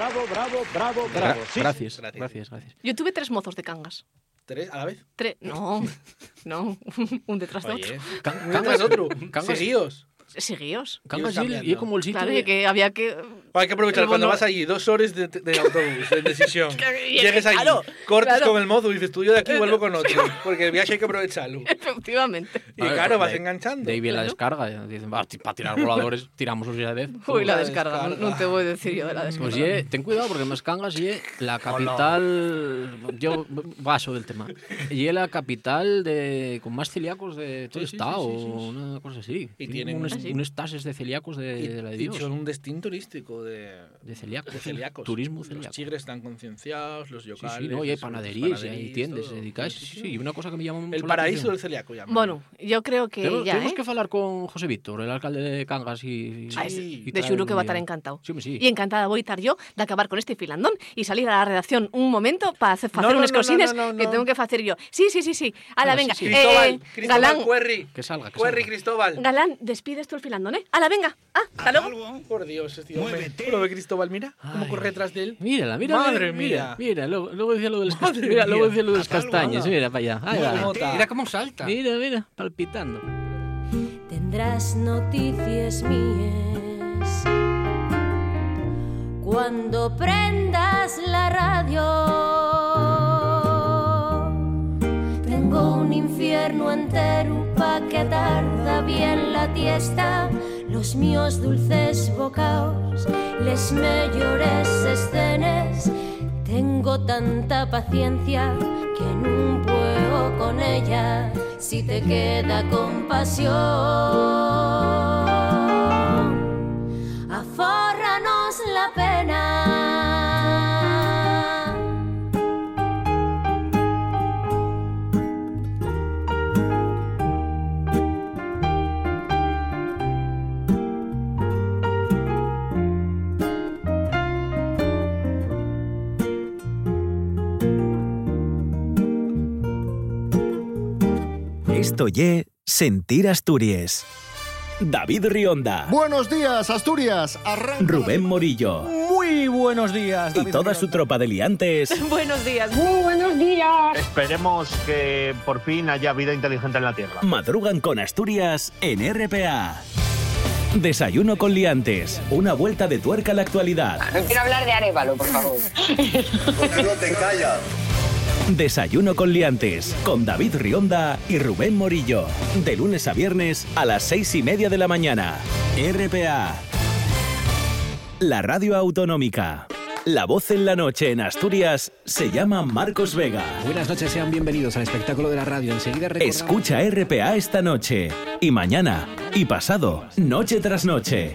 Gra- gracias, gracias. gracias, gracias. Yo tuve tres mozos de cangas. ¿Tres a la vez? Tres. No, no, un detrás de otro. Oye, Can- uno tras otro. Cangas- Seguidos. Seguíos. Cangas Iros y, el- y cambiando. como el sitio... Claro, de- y que había que. Pues Hay que aprovechar El cuando mono- vas allí, dos horas de, de autobús, de decisión. que- Llegues allí, claro, cortas claro. con el mozo y dices, tú yo de aquí vuelvo con otro. Porque el viaje hay que aprovecharlo. Efectivamente. Y A ver, claro, pues, vas de- enganchando. De ahí viene la descarga. Dicen, va, para tirar voladores, tiramos los ya de vez. Uy, la la descarga. No, descarga. no te voy a decir yo de la descarga. Pues ye, ten cuidado porque más cangas ye la capital. Yo vaso del tema. Ye la capital de con más celíacos de todo estado, una cosa así. Y Tienen tienen- unos, Ah, sí. unos tases de celíacos de, Y, de la de y Dios. son un destino turístico de, De celíacos. de celíacos. Turismo Los celíaco. Sí, chigres están concienciados, los yocales. sí, no, y hay los panaderías, y hay panaderías, tiendas todo. dedicadas. Sí, sí, y una cosa que me llama mucho El la paraíso atención. del celíaco, ya. Bueno, yo creo que Tenemos, ya. tenemos ¿eh? que hablar con José Víctor, el alcalde de Cangas y. Ah, sí. y- y De tal, xuro que un va a día. estar encantado. Sí, home, sí. Y encantada voy a estar yo de acabar con este filandón y salir a la redacción un momento para hacer No, hacer no, unas no, cosinas no, no, no. que tengo que hacer yo. Sí, sí, sí, sí. Ala, Ah, venga. sí, sí. Eh, Cristóbal, eh, Cristóbal, galán, Querry. Que salga, que Querry, salga. Cristóbal. galán, despides tú el filandón, ¿eh? Ala, venga. Ah, hasta luego. Por Dios, este hombre. Lo ve Cristóbal, mira cómo Ay. corre detrás de él. Mírala, mírala. Madre mira, mía. Mira, luego, luego decía lo de las, Madre mira, luego mía. decía lo de las Hasta luego, castañas. hala. Mira para allá. Ahí Mira va. cómo Mira cómo salta. Mira, mira, palpitando. tendrás noticias mías. Cuando prendas la radio, tengo un infierno entero pa' que tarda bien la tiesta. Los míos dulces bocaos, les mejores escenas. Tengo tanta paciencia que no puedo con ella si te queda compasión. Afórranos la pena. Esto ye Sentir Asturias. David Rionda, Buenos días, Asturias. Arranca Rubén Morillo, Muy buenos buenos días. y toda su tropa de liantes. buenos días. Muy Uh, buenos días. Esperemos que por fin haya vida inteligente en la Tierra. Madrugan con Asturias en RPA. Desayuno con liantes. Una vuelta de tuerca a la actualidad. No quiero hablar de Arevalo, por favor. no te callas. Desayuno con liantes. Con David Rionda y Rubén Morillo. De lunes a viernes a las seis y media de la mañana. RPA. La radio autonómica. La voz en la noche en Asturias se llama Marcos Vega. Buenas noches, sean bienvenidos al espectáculo de la radio. Enseguida recordamos- Escucha RPA esta noche y mañana y pasado, noche tras noche.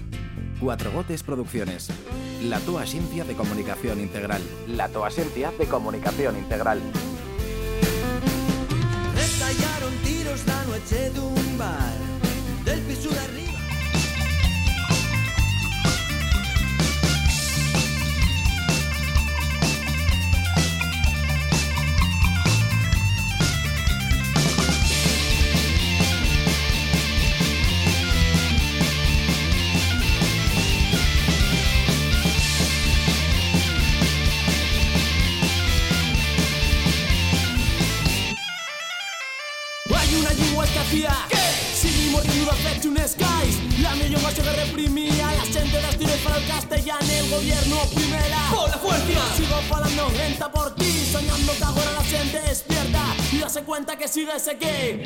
Cuatro Gotes Producciones. La Toa Ciencia de Comunicación Integral. La Toa Ciencia de Comunicación Integral. Estallaron tiros la noche d'un bar del piso de arriba. Hay una yegua que hacía Seguimos de Nueva Fetch un Skies La millón más que reprimía La gente de Asturias para el castellano El gobierno primera Por la fuerza. Sigo falando gente por ti Soñando que ahora la gente despierta Y darse cuenta que sigue ese que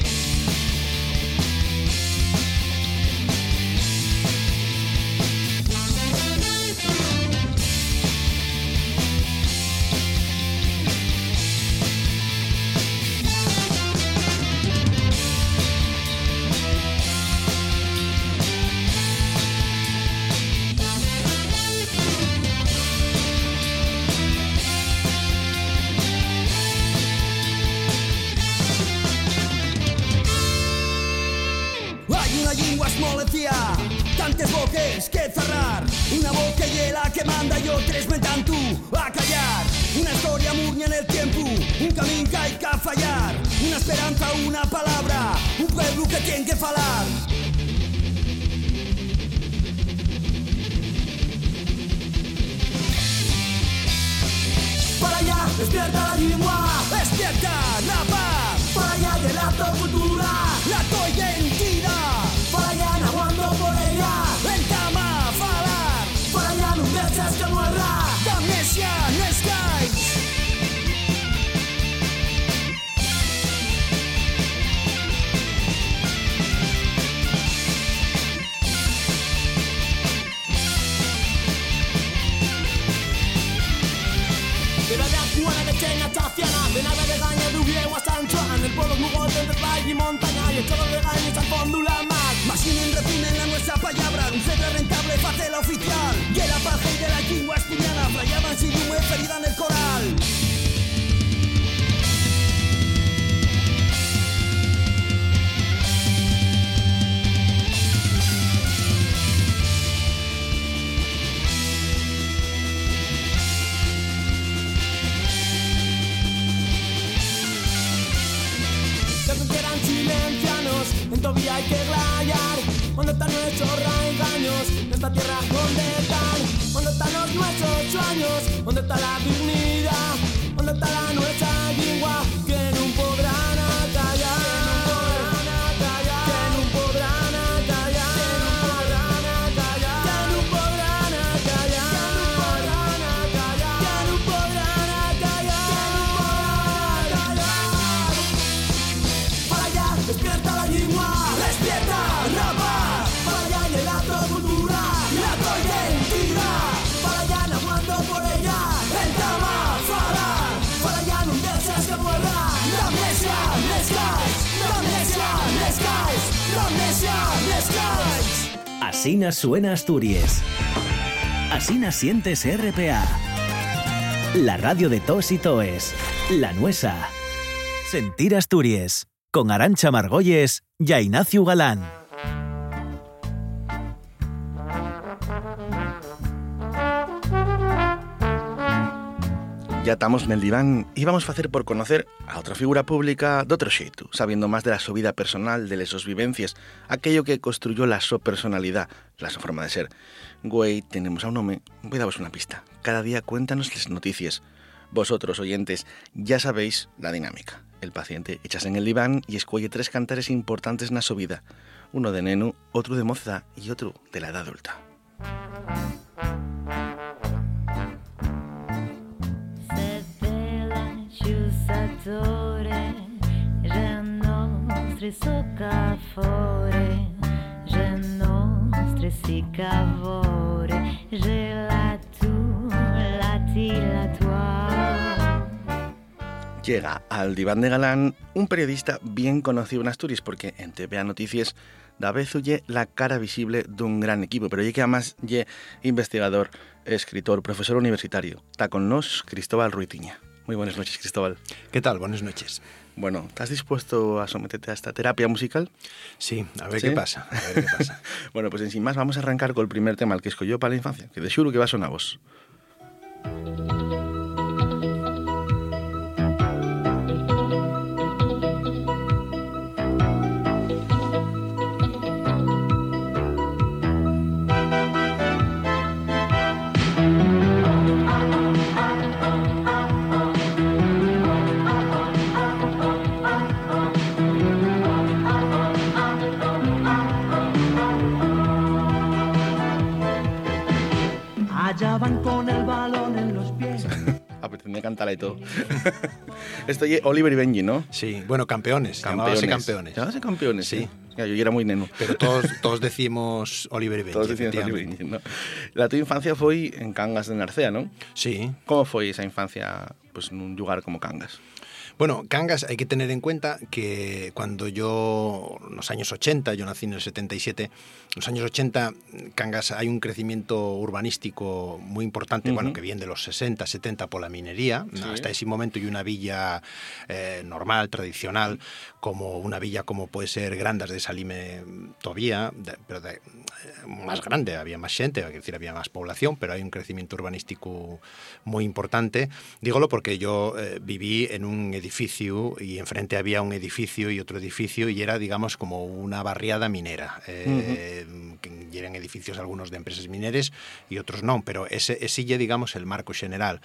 Hay una llengua esmolecía, tantes boques que cerrar. Una voz que hiela, que manda y otras metan tú a callar. Una historia murña en el tiempo, un camino que hay que fallar. Una esperanza, una palabra, un pueblo que tiene que falar. Para allá, despierta la lengua Despierta la paz Para allá de la to cultura La to identidad Para allá, nahuando por ella En cama, falar Para allá, no veas que muerda Amnesia, no estáis De la edad cubana que tenga taciana De nada de daño de Ubiegua San Juan El pueblo es muy gordo entre valle y montaña Y el chorro de gaña está fondo la mar Machinen refinen la nuestra palabra Un cedro rentable hace la oficial Y la paz y de la lengua asturiana Fallaban sin humo ferida en el coral Ya no quedan silencianos, en Tobía hay que rayar. ¿Dónde están nuestros raigaños? En esta tierra, ¿dónde están? ¿Dónde están los nuestros sueños? ¿Dónde está la dignidad? ¿Dónde está la nuestra lengua? Que no podrán callar. Que no podrán callar. Que no podrán callar. Que no podrán callar. Para allá, despierta la lengua, despierta, rapa. Para allá, en el acto cultura, la tu identidad. Para allá, nahuando por ella, el drama, fara. Para allá, no dejes que muera. La amnesia, les caes. La amnesia, les caes. La amnesia, les caes. Asina suena Asturias. Así nacientes RPA. La radio de tos y toes. La nuesa. Sentir Asturias. Con Arancha Margolles y a Ignacio Galán. Ya estamos en el diván y vamos a hacer por conocer a otra figura pública de otro xeito, sabiendo más de la su vida personal, de las sus vivencias, aquello que construyó la su personalidad, la su forma de ser. Güey, tenemos a un hombre, voy a daros una pista. Cada día cuéntanos las noticias. Vosotros, oyentes, ya sabéis la dinámica. El paciente echas en el diván y escoge tres cantares importantes en su vida. Uno de nenu, otro de moza y otro de la edad adulta. Satore, je nostri soccafore, je nostri si cavore, je la tu, la ti, la tua. Llega al diván de Galán un periodista bien conocido en Asturias porque en TVA Noticias da vez huye la cara visible de un gran equipo, pero ya que además ye investigador, escritor, profesor universitario. Está con nos Cristóbal Ruitiña. Muy buenas noches, Cristóbal. ¿Qué tal? Buenas noches. Bueno, ¿estás dispuesto a someterte a esta terapia musical? Sí, a ver qué pasa, a ver qué pasa. bueno, pues en sin más vamos a arrancar con el primer tema, el que escogió para la infancia, que de Shuru que va a sonar vos. Allá van con el balón en los pies. Ah, pues tendría que cantarla y todo. Esto es Oliver y Benji, ¿no? Sí, bueno, campeones. Llamábase campeones. Llamábase campeones, sí. Ya, yo era muy neno. Pero todos, todos decimos Oliver y Benji. Todos decían Oliver y efectivamente. Benji, ¿no? La tu infancia foi en Cangas de Narcea, ¿no? Sí. Como foi esa infancia pues, nun lugar como Cangas? Bueno, Cangas hay que tener en cuenta que cuando yo, en los años 80, yo nací en el 77, en los años 80, Cangas hay un crecimiento urbanístico muy importante, Ujú. bueno, que viene de los 60, 70 por la minería, Sí. hasta ese momento, y una villa eh, normal, tradicional, como una villa como puede ser Grandas de Salime Tobía, de- pero de- eh, más grande, había más gente, es decir, había más población, pero hay un crecimiento urbanístico muy importante. Dígolo porque yo eh, viví en un edificio y enfrente había un edificio y otro edificio y era, digamos, como una barriada minera. eh, que- Y eran edificios algunos de empresas mineras y otros no, pero ese, ese ya, digamos, el marco general.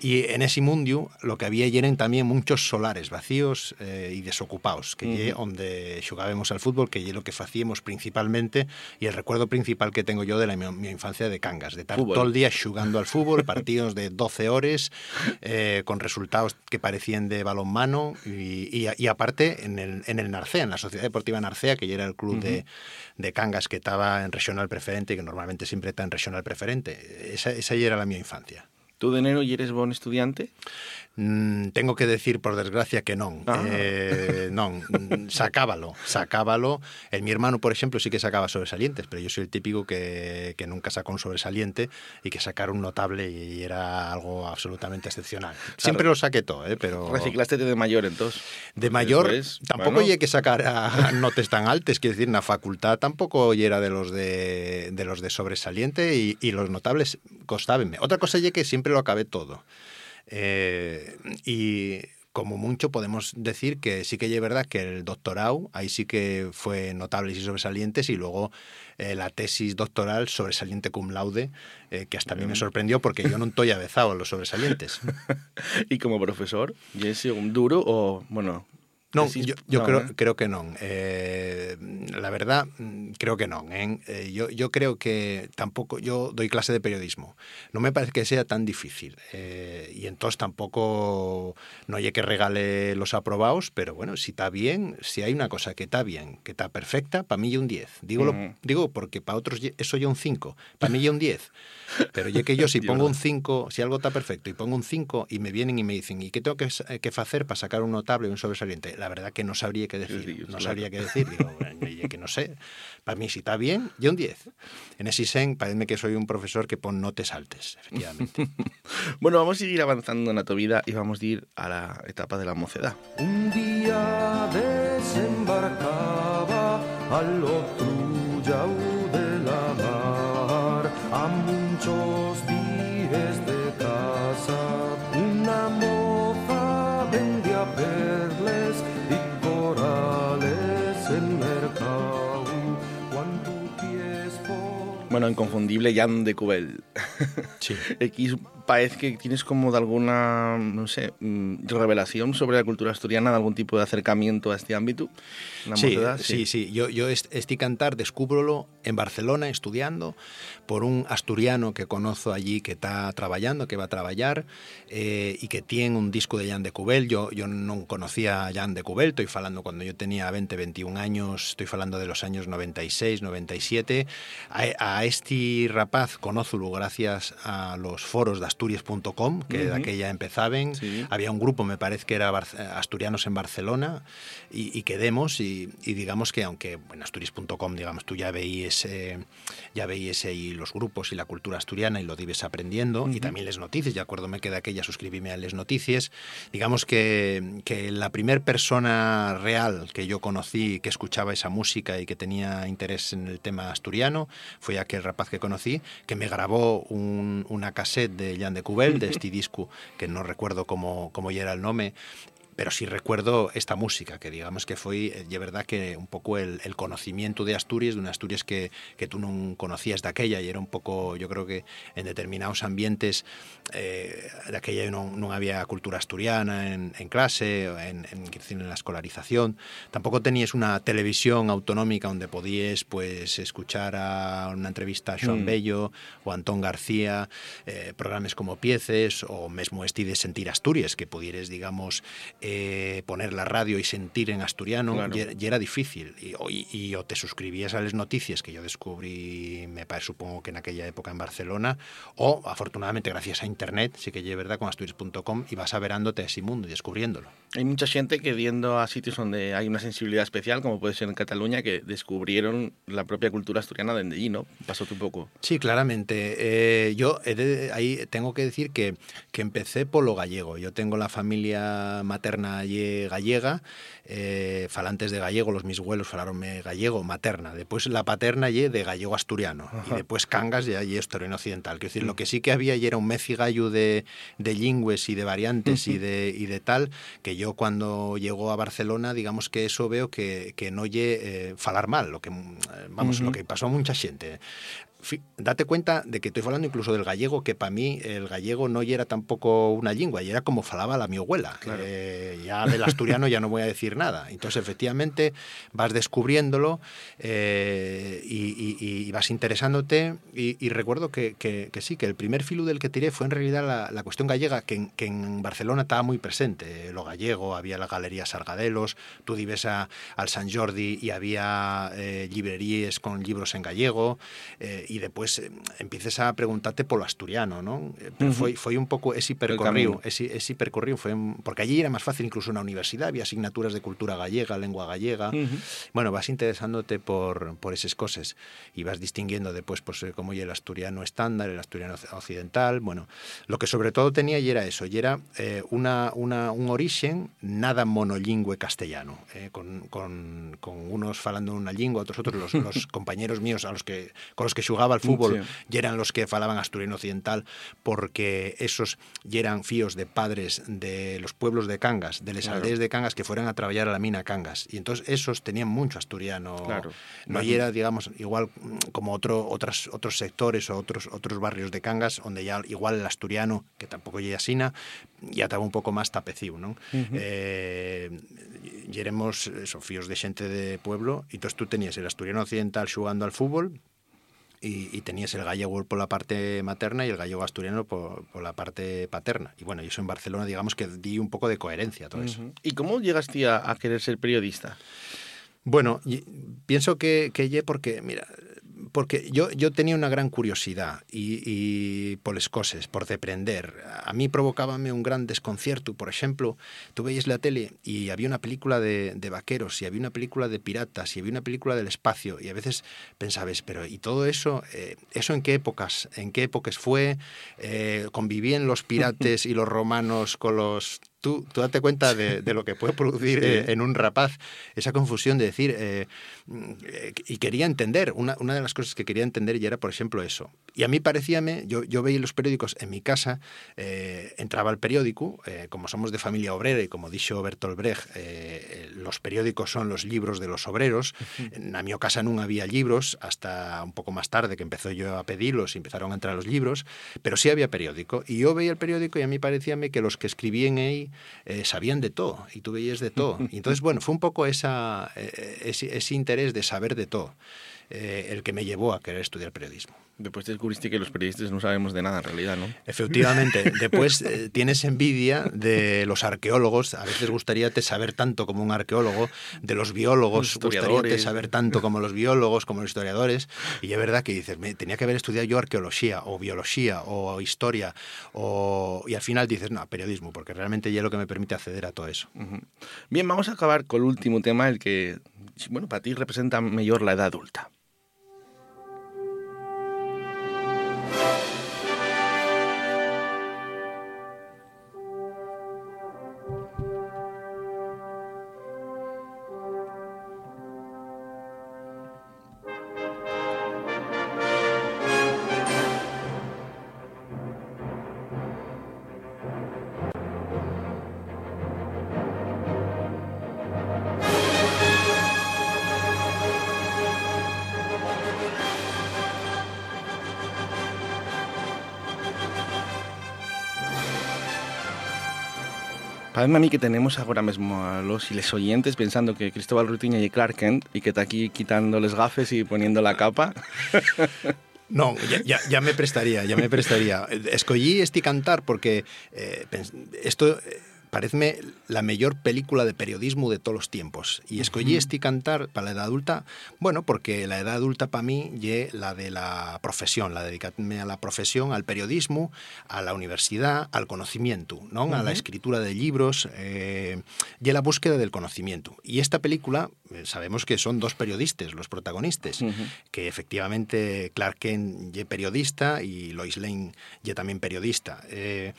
Y en ese mundio lo que había y eran también muchos solares vacíos eh, y desocupados, que ye Ujú. donde xogábamos al fútbol, que ye lo que facíamos principalmente, y el recuerdo principal que tengo yo de la mi, mi infancia de Cangas, de estar Fútbol. todo el día xugando al fútbol, partidos de 12 horas, eh, con resultados que parecían de balonmano, y, y a- y aparte en el, en el Narcea, en la Sociedad Deportiva Narcea, que ya era el club de, de Cangas que estaba en regional preferente, y que normalmente siempre está en regional preferente. Esa, esa ya era la mi infancia. ¿Tú de neno y eres buen estudiante? Mm, tengo que decir, por desgracia, que non. Ah. Eh, non, mm, sacábalo, sacábalo. El mi hermano, por exemplo, sí que sacaba sobresalientes, pero yo soy el típico que, que nunca sacó un sobresaliente y que sacar un notable y era algo absolutamente excepcional. Siempre lo saqué todo, eh, pero... Reciclaste de mayor, entonces. De mayor, Después, tampouco bueno. lle que sacar a notes tan altes, quiero decir, na facultad tampouco lle era de los de, de los de sobresaliente y, y los notables costábenme. Otra cosa lle que siempre lo acabé todo. Eh, y como mucho podemos decir que sí que es verdad que el doctorado ahí sí que fue notables y sobresalientes y luego eh, la tesis doctoral sobresaliente cum laude eh, que hasta a mí me sorprendió porque yo no estoy avezado a los sobresalientes. ¿Y como profesor? ¿Y es un duro o, bueno? No, decís- yo, yo no, creo, eh? creo que non. Eh, la verdad, mm, creo que non. eh. Eh, yo, yo creo que tampouco... Yo doy clase de periodismo. No me parece que sea tan difícil. Eh, y entonces tampoco... No hay que regale los aprobados, pero bueno, si está bien, si hay una cosa que está bien, que está perfecta, para mí ya un 10. Digo, Mm. Ujú. digo porque para otros ye- eso ya un 5. Para mí ya un 10. Pero yo que yo si Yo pongo no. un 5, si algo está perfecto y pongo un 5 y me vienen y me dicen, ¿y qué tengo que, hacer para sacar un notable y un sobresaliente? La la verdad que no sabría qué decir. no sabría qué decir. Digo, "Oye, que no sé. Para mí, si está bien, yo un 10. En ese sen, parece que soy un profesor que pon no te saltes, efectivamente. bueno, vamos a seguir avanzando en la vida y vamos a ir a la etapa de la mocedad. Un día desembarcaba al otro llau de la mar a muchos días de casa. Una moza vendía perles y corales en mercado. Cuando pies por Bueno, inconfundible Jan de Cubel. Sí. X parece que tienes como de alguna, no sé, mm, revelación sobre la cultura asturiana, de algún tipo de acercamiento a este ámbito. La Sí, mocedad, sí, sí. Yo, yo est- este cantar descúbrolo en Barcelona estudiando por un asturiano que conozco allí que está trabajando, que va a trabajar eh, y que tiene un disco de Jan de Cubel. Yo, yo no conocía a Jan de Cubel, estoy hablando cuando yo tenía 20, 21 años, estoy hablando de los años 96, 97. A, a este rapaz conózulo gracias a los foros de asturias.com, que de Ujú. aquella empezaban. Había un grupo, me parece que era Bar- Asturianos en Barcelona, y, y quedemos y, y digamos que aunque en asturis.com digamos tú ya veías eh, ya veías ahí los grupos y la cultura asturiana y lo dibes aprendiendo y también les noticias ya acuérdome que de aquella suscribíme a les noticias digamos que, que la primer persona real que yo conocí que escuchaba esa música y que tenía interés en el tema asturiano fue aquel rapaz que conocí que me grabó un- una cassette de Jan de Cubel de este disco que no recuerdo cómo, cómo ya era el nombre pero sí recuerdo esta música, que digamos que fue, eh, de verdad, que un poco el, el conocimiento de Asturias, de una Asturias que, que tú no conocías de aquella, y era un poco, yo creo que en determinados ambientes, eh, de aquella no, no había cultura asturiana en, en clase, o en, en, quiero decir, en la escolarización, tampoco tenías una televisión autonómica donde podías pues, escuchar a una entrevista a Joan Mm. Bello o a Antón García, eh, programas como Pieces o mesmo este de Sentir Asturias, que pudieres, digamos, eh, poner la radio y sentir en asturiano, Claro. y, era- y era difícil. Y, o- y- y o te suscribías a las noticias que yo descubrí, me parece, supongo que en aquella época en Barcelona, o afortunadamente gracias a Internet, sí que es verdad, con asturias.com, y vas averándote a ese mundo y descubriéndolo. Hay mucha gente que yendo a sitios donde hay una sensibilidad especial, como puede ser en Cataluña, que descubrieron la propia cultura asturiana desde allí, ¿no? Pasó un poco. Sí, claramente. Eh, yo he de- ahí tengo que decir que, que empecé por lo gallego. Yo tengo la familia materna allí gallega, eh, falantes de gallego, los mis abuelos falaronme gallego, materna. Después la paterna allí de gallego asturiano. Y después cangas de allí asturiano occidental. Quiero decir, lo que sí que había allí era un mecigallo de, de lingües y de variantes y de, y de tal, que yo cuando llegó a Barcelona, digamos que eso veo que, que no oye eh, falar mal, lo que, mm, eh, vamos, Ujú. lo que pasó a mucha gente. Fi- date cuenta de que estoy hablando incluso del gallego, que para mí el gallego no era tampoco una lengua, y era como falaba la mi abuela. Eh, ya del asturiano ya no voy a decir nada. Entonces, efectivamente, vas descubriéndolo eh, y, y- y vas interesándote. Y, y recuerdo que, que- que sí, que el primer filo del que tiré fue en realidad la, la cuestión gallega, que, en- que en Barcelona estaba muy presente. eh, Lo gallego, había la Galería Sargadelos, tú ibas a- al San Jordi y había eh, librerías con libros en gallego eh, y después eh, empiezas a preguntarte por lo asturiano, ¿no? Eh, Pero Ujú. fue, fue un poco ese camino. percorrido, ese, ese percorrido fue un- porque allí era más fácil incluso en la universidad, había asignaturas de cultura gallega, lengua gallega. Ujú. Bueno, vas interesándote por, por esas cosas y vas distinguiendo después pues, eh, cómo y el asturiano estándar, el asturiano occ- occidental. Bueno, lo que sobre todo tenía y era eso, y era eh, una, una- un origen nada monolingüe castellano, eh, con, con- con unos falando una lengua, otros otros, los, los compañeros míos a los que, con los que jugaba al fútbol Sí. y eran los que falaban asturiano occidental porque esos y eran fíos de padres de los pueblos de Cangas, de las Claro. aldeas de Cangas que fueran a trabajar a la mina Cangas. Y entonces esos tenían mucho asturiano. Claro. No y era, digamos, igual mm, como otro, otras, otros sectores o otros, otros barrios de Cangas, donde ya igual el asturiano, que tampoco llega Sina, ya estaba un poco más tapeciu, ¿no? Ujú. Eh, y éramos eso, fíos de gente de pueblo, y entonces tú tenías el asturiano occidental jugando al fútbol, y, y tenías el gallego por la parte materna y el gallego asturiano por, por la parte paterna. Y bueno, y eso en Barcelona, digamos que di un poco de coherencia a todo eso. Ujú. ¿Y cómo llegaste a, a querer ser periodista? Bueno, y- pienso que, que ye porque, mira, porque yo, yo tenía una gran curiosidade y, y por les coses, por deprender. A mí provocábame un gran desconcierto. Por exemplo, tú veías la tele y había una película de, de vaqueros y había una película de piratas y había una película del espacio y a veces pensabas, pero ¿y todo eso? eh, ¿Eso en qué épocas? ¿En qué épocas fue? Eh, ¿Convivían los pirates y los romanos con los tú, tú date cuenta de, de lo que puede producir Sí. eh, en un rapaz esa confusión de decir, eh, mm, eh, y quería entender, una, una de las cosas que quería entender y era, por ejemplo, eso. Y a mí parecíame, yo, yo veía los periódicos en mi casa, eh, entraba el periódico, eh, como somos de familia obrera y como dicho Bertolt Brecht, eh, los periódicos son los libros de los obreros. Na mi casa no había libros hasta un poco más tarde que empezó yo a pedirlos y empezaron a entrar los libros, pero sí había periódico. Y yo veía el periódico y a mí parecíame que los que escribían ahí eh, sabían de todo y tú veías de todo. Y entonces, bueno, fue un poco esa, eh, ese, ese interés de saber de todo eh, el que me llevó a querer estudiar periodismo. Después descubriste que los periodistas no sabemos de nada en realidad, ¿no? Efectivamente. Después eh, tienes envidia de los arqueólogos. A veces gustaría te saber tanto como un arqueólogo, de los biólogos, gustaría te Historiadores. saber tanto como los biólogos, como los historiadores. Y es verdad que dices, me, tenía que haber estudiado yo arqueología o biología o historia. O... Y al final dices, no, periodismo, porque realmente ya es lo que me permite acceder a todo eso. Bien, vamos a acabar con el último tema, el que, bueno, para ti representa mejor la edad adulta. Parece a mí que tenemos ahora mismo a los y les oyentes pensando que Cristóbal Rutiña y Clark Kent y que está aquí quitando los gafes y poniendo la capa. No, ya, ya, ya me prestaría, ya me prestaría. Escollí este cantar porque eh, pens- esto eh, pareceme la mejor película de periodismo de todos los tiempos. Y escollí Ujú. este cantar para la edad adulta, bueno, porque la edad adulta para mí ye la de la profesión, la de dedicarme a la profesión, al periodismo, a la universidad, al conocimiento, ¿no? A la Ujú. escritura de libros eh, y a la búsqueda del conocimiento. Y esta película, eh, sabemos que son dos periodistas los protagonistas, que efectivamente Clark Kent ye periodista y Lois Lane ye también periodista. Eh,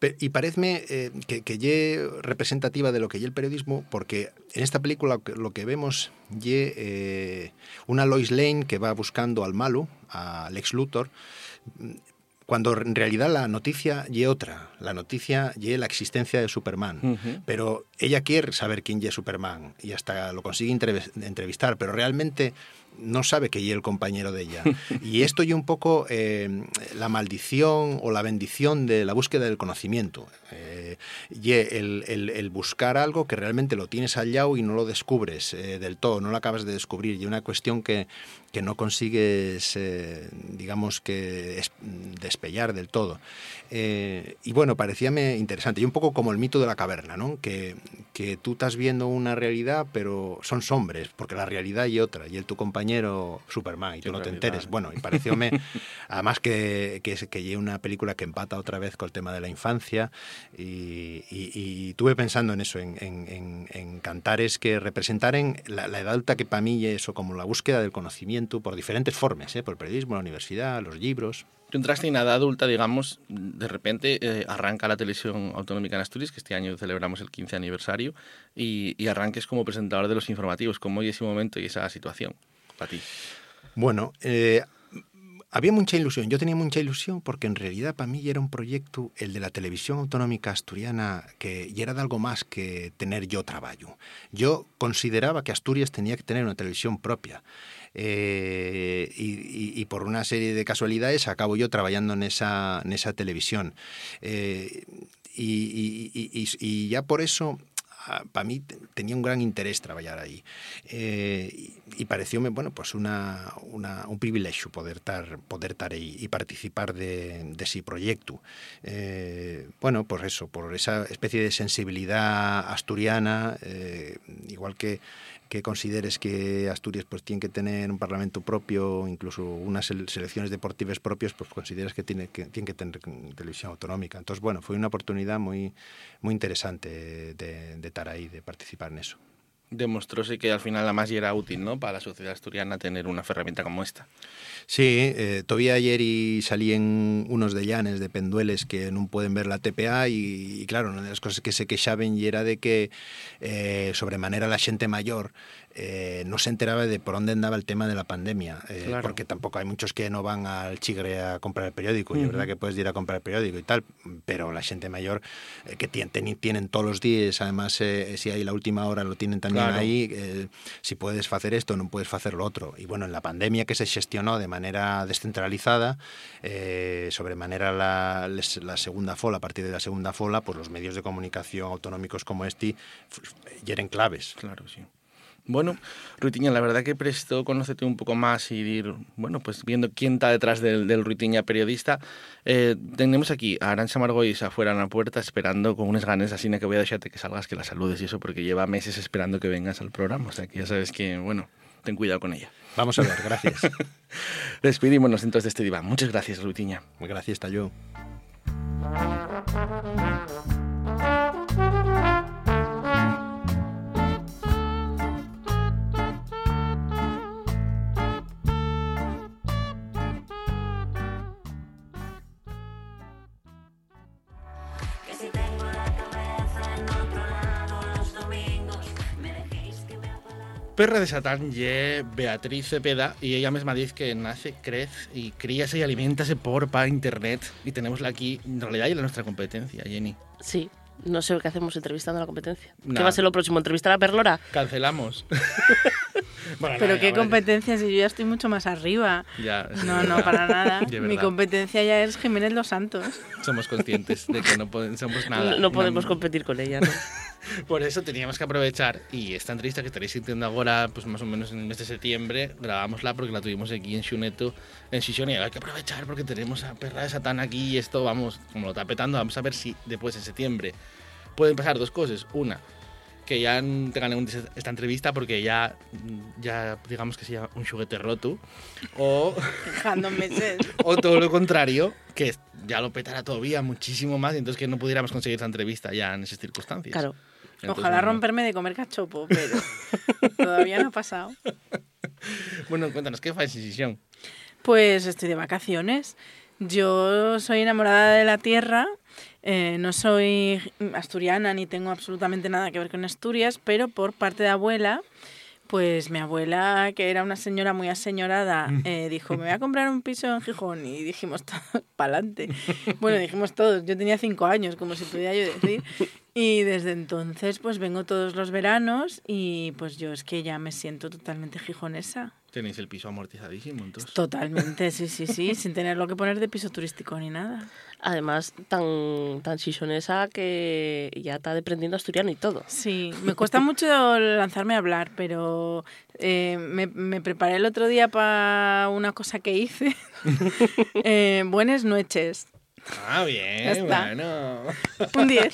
pe- y parece que, que ye representativa de lo que ye el periodismo, porque en esta película lo que- lo que vemos ye eh, una Lois Lane que va buscando al malo, a Lex Luthor, cuando en realidad la noticia ye otra, la noticia ye la existencia de Superman. Pero ella quiere saber quién es Superman y hasta lo consigue entrev- entrevistar, pero realmente no sabe que es el compañero de ella. Y esto y un poco eh, la maldición o la bendición de la búsqueda del conocimiento. Eh, y el, el- el buscar algo que realmente lo tienes hallado y no lo descubres eh, del todo, no lo acabas de descubrir. Y una cuestión que, que no consigues, eh, digamos que, es- mm, despellar del todo. Eh, y bueno, parecíame interesante. Y un poco como el mito de la caverna, ¿no? Que, que tú estás viendo una realidad, pero son sombres, porque la realidad y otra. Y él, tu compañero, Superman, y tú no realidad. te enteres. Bueno, y parecióme, además que, que, es- que lleve una película que empata otra vez con el tema de la infancia. Y, y- y tuve pensando en eso, en, en- en- en cantares que representaren la, la edad alta que para mí es eso, como la búsqueda del conocimiento por diferentes formas, ¿eh? por el periodismo, la universidad, los libros. Tú entraste en edad adulta, digamos, de repente eh, arranca la televisión autonómica en Asturias, que este año celebramos el 15 aniversario, y, y arranques como presentador de los informativos. ¿Cómo y ese momento y esa situación para ti? Bueno, eh, había mucha ilusión. Yo tenía mucha ilusión porque en realidad para mí era un proyecto, el de la televisión autonómica asturiana, que y era de algo más que tener yo trabajo. Yo consideraba que Asturias tenía que tener una televisión propia. Eh, y, y- y por una serie de casualidades acabo yo trabajando en esa, en esa televisión. Eh, y- y- y- y- ah, y ya por eso para mí te- tenía un gran interés trabajar ahí. Eh, y y parecióme bueno pues una, una- un privilegio poder estar poder tar aí y participar de, de ese proyecto Eh, bueno por eso por esa especie de sensibilidad asturiana eh, igual que que consideres que Asturias pues tiene que tener un parlamento propio, incluso unas sele- selecciones deportivas propias, pues consideras que tiene que, tiene que tener televisión autonómica. Entonces, bueno, fue una oportunidad muy, muy interesante de, de estar ahí, de participar en eso. Demostróse que al final la más era útil, ¿no? Para la sociedad asturiana tener una herramienta como esta. Sí, eh, todavía ayer y salían unos de Llanes, de Pendueles, que no pueden ver la TPA y, y claro, una de las cosas que se quejaban y era de que eh, sobremanera la gente mayor eh, no se enteraba de por dónde andaba el tema de la pandemia, eh, Claro. porque tampoco hay muchos que no van al chigre a comprar el periódico, y es Ujú. verdad que puedes ir a comprar el periódico y tal, pero la gente mayor eh, que tien- teni- tienen todos los días, además eh, si hay la última hora lo tienen también Claro. ahí, eh, si puedes hacer esto, no puedes hacer lo otro. Y bueno, en la pandemia que se gestionó de manera descentralizada, eh, sobremanera la, les- la segunda fola, a partir de la segunda fola, pues los medios de comunicación autonómicos como este yeren claves. Claro, sí. Bueno, Ruitiña, la verdad que presto conócete un poco más y ir, bueno, pues viendo quién está detrás del, del Ruitiña periodista. Eh, tenemos aquí a Arancha Margois afuera en la puerta esperando con unas ganas, así na que voy a dejarte que salgas, que la saludes y eso, porque lleva meses esperando que vengas al programa. O sea, que ya sabes que, bueno, ten cuidado con ella. Vamos a ver, gracias. Despidímonos entonces de este diván. Muchas gracias, Ruitiña. Gracias, Tayo. Que si tengo la cabeza en otro lado los domingos, me dejéis que me Perra de Satán ye Beatriz Cepeda y ella misma dice que nace, crece y críase y alimentase por pa internet y tenemosla aquí en realidad y la nuestra competencia, Jenny. Sí, no sé qué hacemos entrevistando a la competencia. ¿Qué Nah. va a ser lo próximo? ¿Entrevistar a Perlora? Cancelamos. Bueno, Pero nada, qué vale. competencia, si yo ya estoy mucho más arriba. Ya, es No, no, verdad. para nada. De Mi verdad. competencia ya es Jiménez Los Santos. Somos conscientes de que no podemos somos nada. No, no podemos competir con ella. ¿no? Por eso teníamos que aprovechar y esta entrevista que estaréis sintiendo ahora, pues más o menos en el mes de septiembre, grabámosla porque la tuvimos aquí en Xuneto, en Sisión, y hay que aprovechar porque tenemos a Perra de Satán aquí y esto, vamos, como lo está petando, vamos a ver si después en septiembre pueden pasar dos cosas. Una, que ya te gané un- esta entrevista porque ya, ya digamos que sea un juguete roto, o... Dejando meses. O todo lo contrario, que ya lo petara todavía muchísimo más y entonces que no pudiéramos conseguir esta entrevista ya en esas circunstancias. Claro. Entonces, Ojalá bueno. romperme de comer cachopo, pero todavía no ha pasado. Bueno, cuéntanos, ¿qué fue Sisión? Pues estoy de vacaciones. Yo soy enamorada de la tierra. eh, no soy asturiana ni tengo absolutamente nada que ver con Asturias, pero por parte de abuela, pues mi abuela, que era una señora muy aseñorada, eh, dijo, me voy a comprar un piso en Gijón. Y dijimos, pa'lante. Bueno, dijimos todos. Yo tenía cinco años, como si pudiera yo decir. Y desde entonces, pues vengo todos los veranos y pues yo es que ya me siento totalmente gijonesa. Tenéis el piso amortizadísimo, entonces. Totalmente, sí, sí, sí, sin tener lo que poner de piso turístico ni nada. Además, tan, tan sisonesa que ya está deprendiendo asturiano y todo. Sí, Me cuesta mucho lanzarme a hablar, pero eh, me, me preparé el otro día para una cosa que hice. Eh, buenas noches. Ah, bien, Ya está. bueno. Un 10.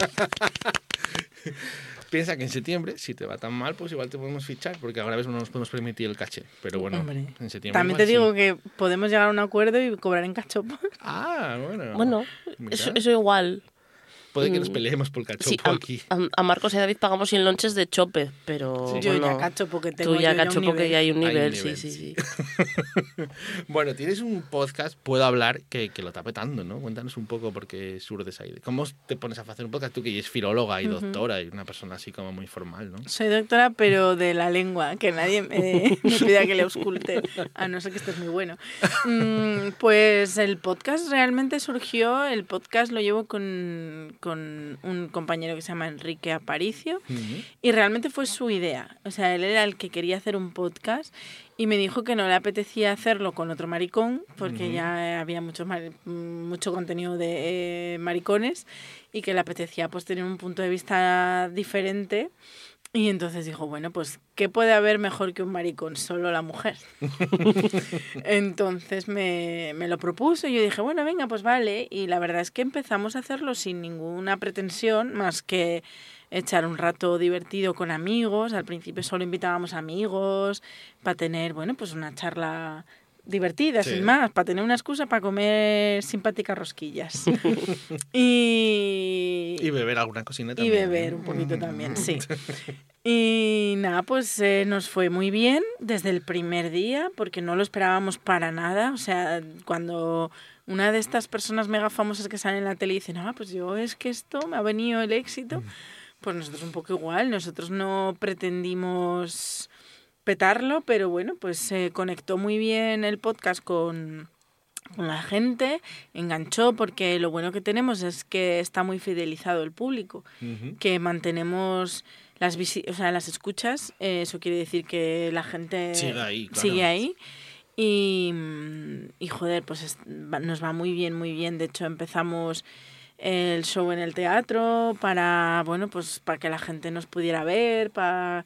Piensa que en septiembre, si te va tan mal, pues igual te podemos fichar, porque ahora mismo no nos podemos permitir el caché. Pero bueno, Hombre. en septiembre. También igual te sí. digo que podemos llegar a un acuerdo y cobrar en cachopo. Ah, bueno. Bueno, Mira. eso, eso igual. Puede que Mm, nos peleemos por el cachopo sí, a, aquí. a- a Marcos y a David pagamos 100 lonches de chope, pero. Sí, yo ya bueno, cachopo que tengo Tú ya yo ya un cachopo que nivel. ya hay un Hay un nivel, nivel, sí, sí, sí. Bueno, tienes un podcast, puedo hablar, que, que lo está petando, ¿no? Cuéntanos un poco porque surdes ahí. ¿Cómo te pones a hacer un podcast tú que eres filóloga y Ujú. doctora y una persona así como muy formal, ¿no? Soy doctora, pero de la lengua, que nadie me, me pida que le ausculte, a no ser que estés muy bueno. Mm, pues el podcast realmente surgió, el podcast lo llevo con, con un compañero que se llama Enrique Aparicio, y realmente fue su idea. O sea, él era el que quería hacer un podcast y me dijo que no le apetecía hacerlo con otro maricón, porque Ujú. ya había mucho, mari- mucho contenido de eh, maricones y que le apetecía pues tener un punto de vista diferente Y entonces dijo, bueno, pues, ¿qué puede haber mejor que un maricón? Solo la mujer. entonces me, me lo propuso y yo dije, bueno, venga, pues vale. Y la verdad es que empezamos a hacerlo sin ninguna pretensión más que echar un rato divertido con amigos. Al principio solo invitábamos amigos para tener, bueno, pues una charla divertida, Sí. sin más, para tener una excusa para comer simpáticas rosquillas. y, Y beber alguna cocina y también. ¿eh? Mm. beber un poquito también, sí. Y nada, pues eh, nos fue muy bien desde el primer día, porque no lo esperábamos para nada. O sea, cuando una de estas personas mega famosas que salen en la tele dice, no, pues yo es que esto me ha venido el éxito, pues nosotros un poco igual, nosotros no pretendimos petarlo, pero bueno, pues se conectó muy bien el podcast con, con la gente, enganchó, porque lo bueno que tenemos es que está muy fidelizado el público que mantenemos las visi- o sea, las escuchas, eh, eso quiere decir que la gente Sigue ahí, claro. sigue ahí. Y, mm, y, joder, pues es- va- nos va muy bien, muy bien. De hecho, empezamos el show en el teatro para, bueno, pues para que la gente nos pudiera ver, para,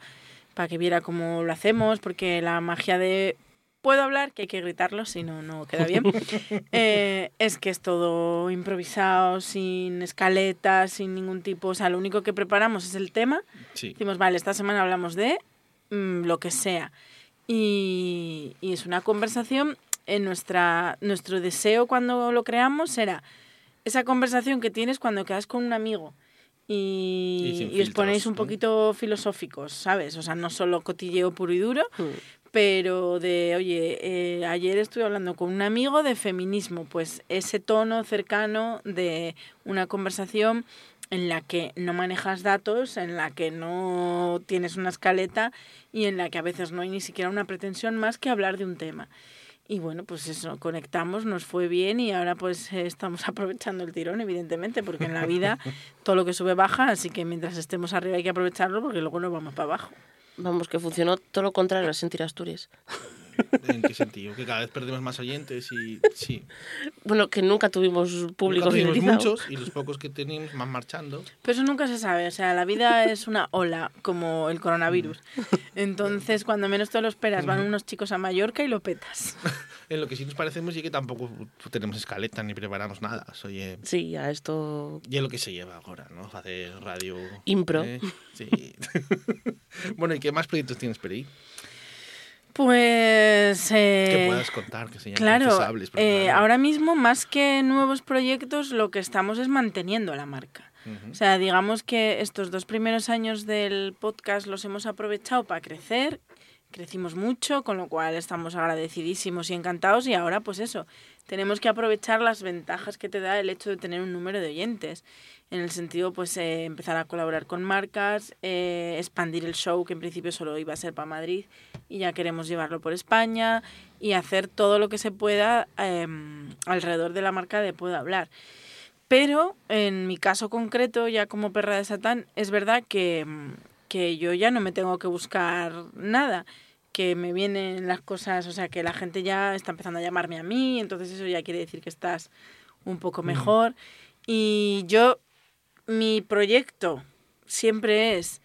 para que viera cómo lo hacemos, porque la magia de puedo hablar, que hay que gritarlo, si no, no queda bien. Eh, es que es todo improvisado, sin escaletas, sin ningún tipo. O sea, lo único que preparamos es el tema. Sí. Decimos, vale, esta semana hablamos de mm, lo que sea. Y, y es una conversación. En nuestra, nuestro deseo cuando lo creamos era esa conversación que tienes cuando quedas con un amigo Y y, sin y os ponéis filtros, un poquito filosóficos, ¿sabes? O sea, no solo cotilleo puro y duro, pero de, oye, eh, ayer estuve hablando con un amigo de feminismo, pues ese tono cercano de una conversación en la que no manejas datos, en la que no tienes una escaleta y en la que a veces no hay ni siquiera una pretensión más que hablar de un tema. Y bueno, pues eso, conectamos, nos fue bien y ahora pues eh, estamos aprovechando el tirón, evidentemente, porque en la vida todo lo que sube baja, así que mientras estemos arriba hay que aprovecharlo porque luego nos vamos para abajo. Vamos, que funcionó todo lo contrario a sentir Asturias. ¿En qué sentido? Que cada vez perdemos más oyentes y sí. Bueno, que nunca tuvimos público Nunca tuvimos fidelizado. muchos y los pocos que teníamos más marchando. Pero eso nunca se sabe, o sea, la vida es una ola, como el coronavirus. Entonces, cuando menos te lo esperas, van unos chicos a Mallorca y lo petas. En lo que sí nos parecemos y que tampoco tenemos escaleta ni preparamos nada. Oye, Sí, a esto. y es lo que se lleva ahora, ¿no? Hacer radio. Impro. ¿eh? Sí. bueno, ¿y qué más proyectos tienes, Peri? Pues... eh, Que puedas contar, que sean Claro, confesables, pero eh, claro. ahora mismo más que nuevos proyectos, lo que estamos es manteniendo la marca. O sea, digamos que estos dos primeros años del podcast los hemos aprovechado para crecer. Crecimos mucho, con lo cual estamos agradecidísimos y encantados. Y ahora, pues eso, tenemos que aprovechar las ventajas que te da el hecho de tener un número de oyentes. En el sentido, pues, eh, empezar a colaborar con marcas, eh, expandir el show, que en principio solo iba a ser para Madrid, y ya queremos llevarlo por España, y hacer todo lo que se pueda em, alrededor de la marca de Puedo Hablar. Pero en mi caso concreto, ya como perra de Satán, es verdad que, mm, que yo ya no me tengo que buscar nada, que me vienen las cosas, o sea, que la gente ya está empezando a llamarme a mí, entonces eso ya quiere decir que estás un poco mejor. Y yo, mi proyecto siempre es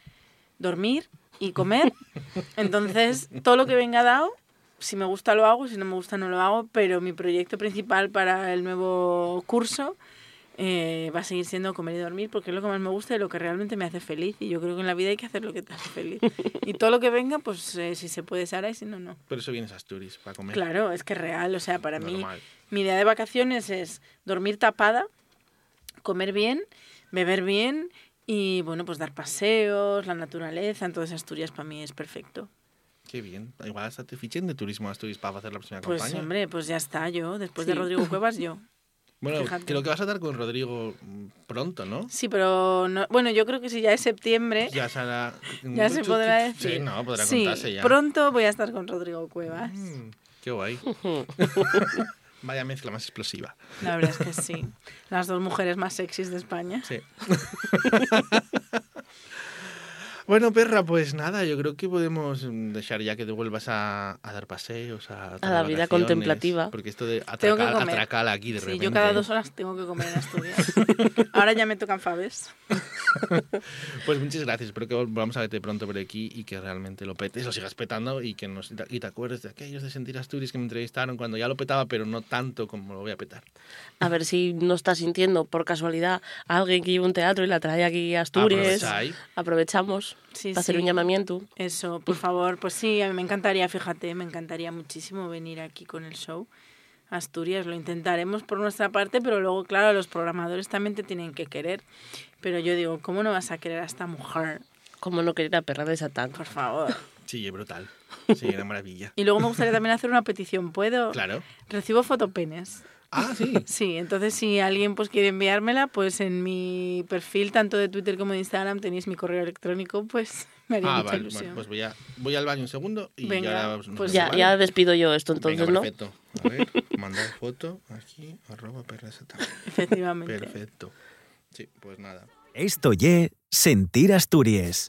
dormir y comer, entonces todo lo que venga dado si me gusta lo hago, si no me gusta no lo hago, pero mi proyecto principal para el nuevo curso eh, va a seguir siendo comer y dormir porque es lo que más me gusta y lo que realmente me hace feliz. Y yo creo que en la vida hay que hacer lo que te hace feliz. Y todo lo que venga, pues eh, si se puede, Sara, y si no, no. Pero eso vienes a Asturias para comer. Claro, es que es real. O sea, para mí, Normal. mi idea de vacaciones es dormir tapada, comer bien, beber bien y, bueno, pues dar paseos, la naturaleza. Entonces Asturias para mí es perfecto. Qué bien. Igual hasta te fichen de turismo a Asturias para hacer la próxima Pues campaña. hombre, pues ya está yo. Después de Sí. Rodrigo Cuevas, yo. Bueno, Fíjate. creo que vas a estar con Rodrigo mm, pronto, ¿no? Sí, pero no- bueno, yo creo que si ya es septiembre, ya, Ya será... se podrá decir. Sí, no, podrá Sí, contarse ya. Mm. Pronto voy a estar con Rodrigo Cuevas. Qué guay. Vaya mezcla más explosiva. La verdad es que sí. Las dos mujeres más sexys de España. Sí. Bueno, perra, pues nada, yo creo que podemos mm, dejar ya que te vuelvas a, a dar paseos, a, A la vida vacaciones, contemplativa. Porque esto de Tengo que atracar, comer. atracar aquí de sí, repente. ¿eh? yo cada dos horas tengo que comer en Asturias. Ahora ya me tocan faves. pues muchas gracias. Espero que volvamos a verte pronto por aquí y que realmente lo petes, lo sigas petando y que nos, y te acuerdes de aquellos de Sentir Asturias que me entrevistaron cuando ya lo petaba, pero no tanto como lo voy a petar. A ver si no está sintiendo por casualidad a alguien que lleva un teatro y la trae aquí a Asturias. Aprovecháis. Aprovechamos Sí, para hacer sí. un llamamiento. Mm. Eso, por favor, pues sí, a mí me encantaría, fíjate, me encantaría muchísimo venir aquí con el show. Asturias, lo intentaremos por nuestra parte, pero luego, claro, los programadores también te tienen que querer. Pero yo digo, ¿cómo no vas a querer a esta mujer? ¿Cómo no querer a Perra de Satán? Por favor. Sí, brutal. Sí, una maravilla. Y luego me gustaría también hacer una petición, ¿puedo? Claro. Recibo fotopenes. Ah, sí. Sí, entonces si alguien pues quiere enviármela, pues en mi perfil, tanto de Twitter como de Instagram, tenéis mi correo electrónico, pues me haría Ah, mucha vale. ilusión. Bueno, pues voy, a, voy al baño un segundo y Venga, ya ahora nos pues vemos, ya, ¿vale? ya despido yo esto entonces, Venga, ¿no? perfecto. A ver, mandar foto aquí, arroba PRZ. Efectivamente. Perfecto. Sí, pues nada. Esto ye Sentir Asturias,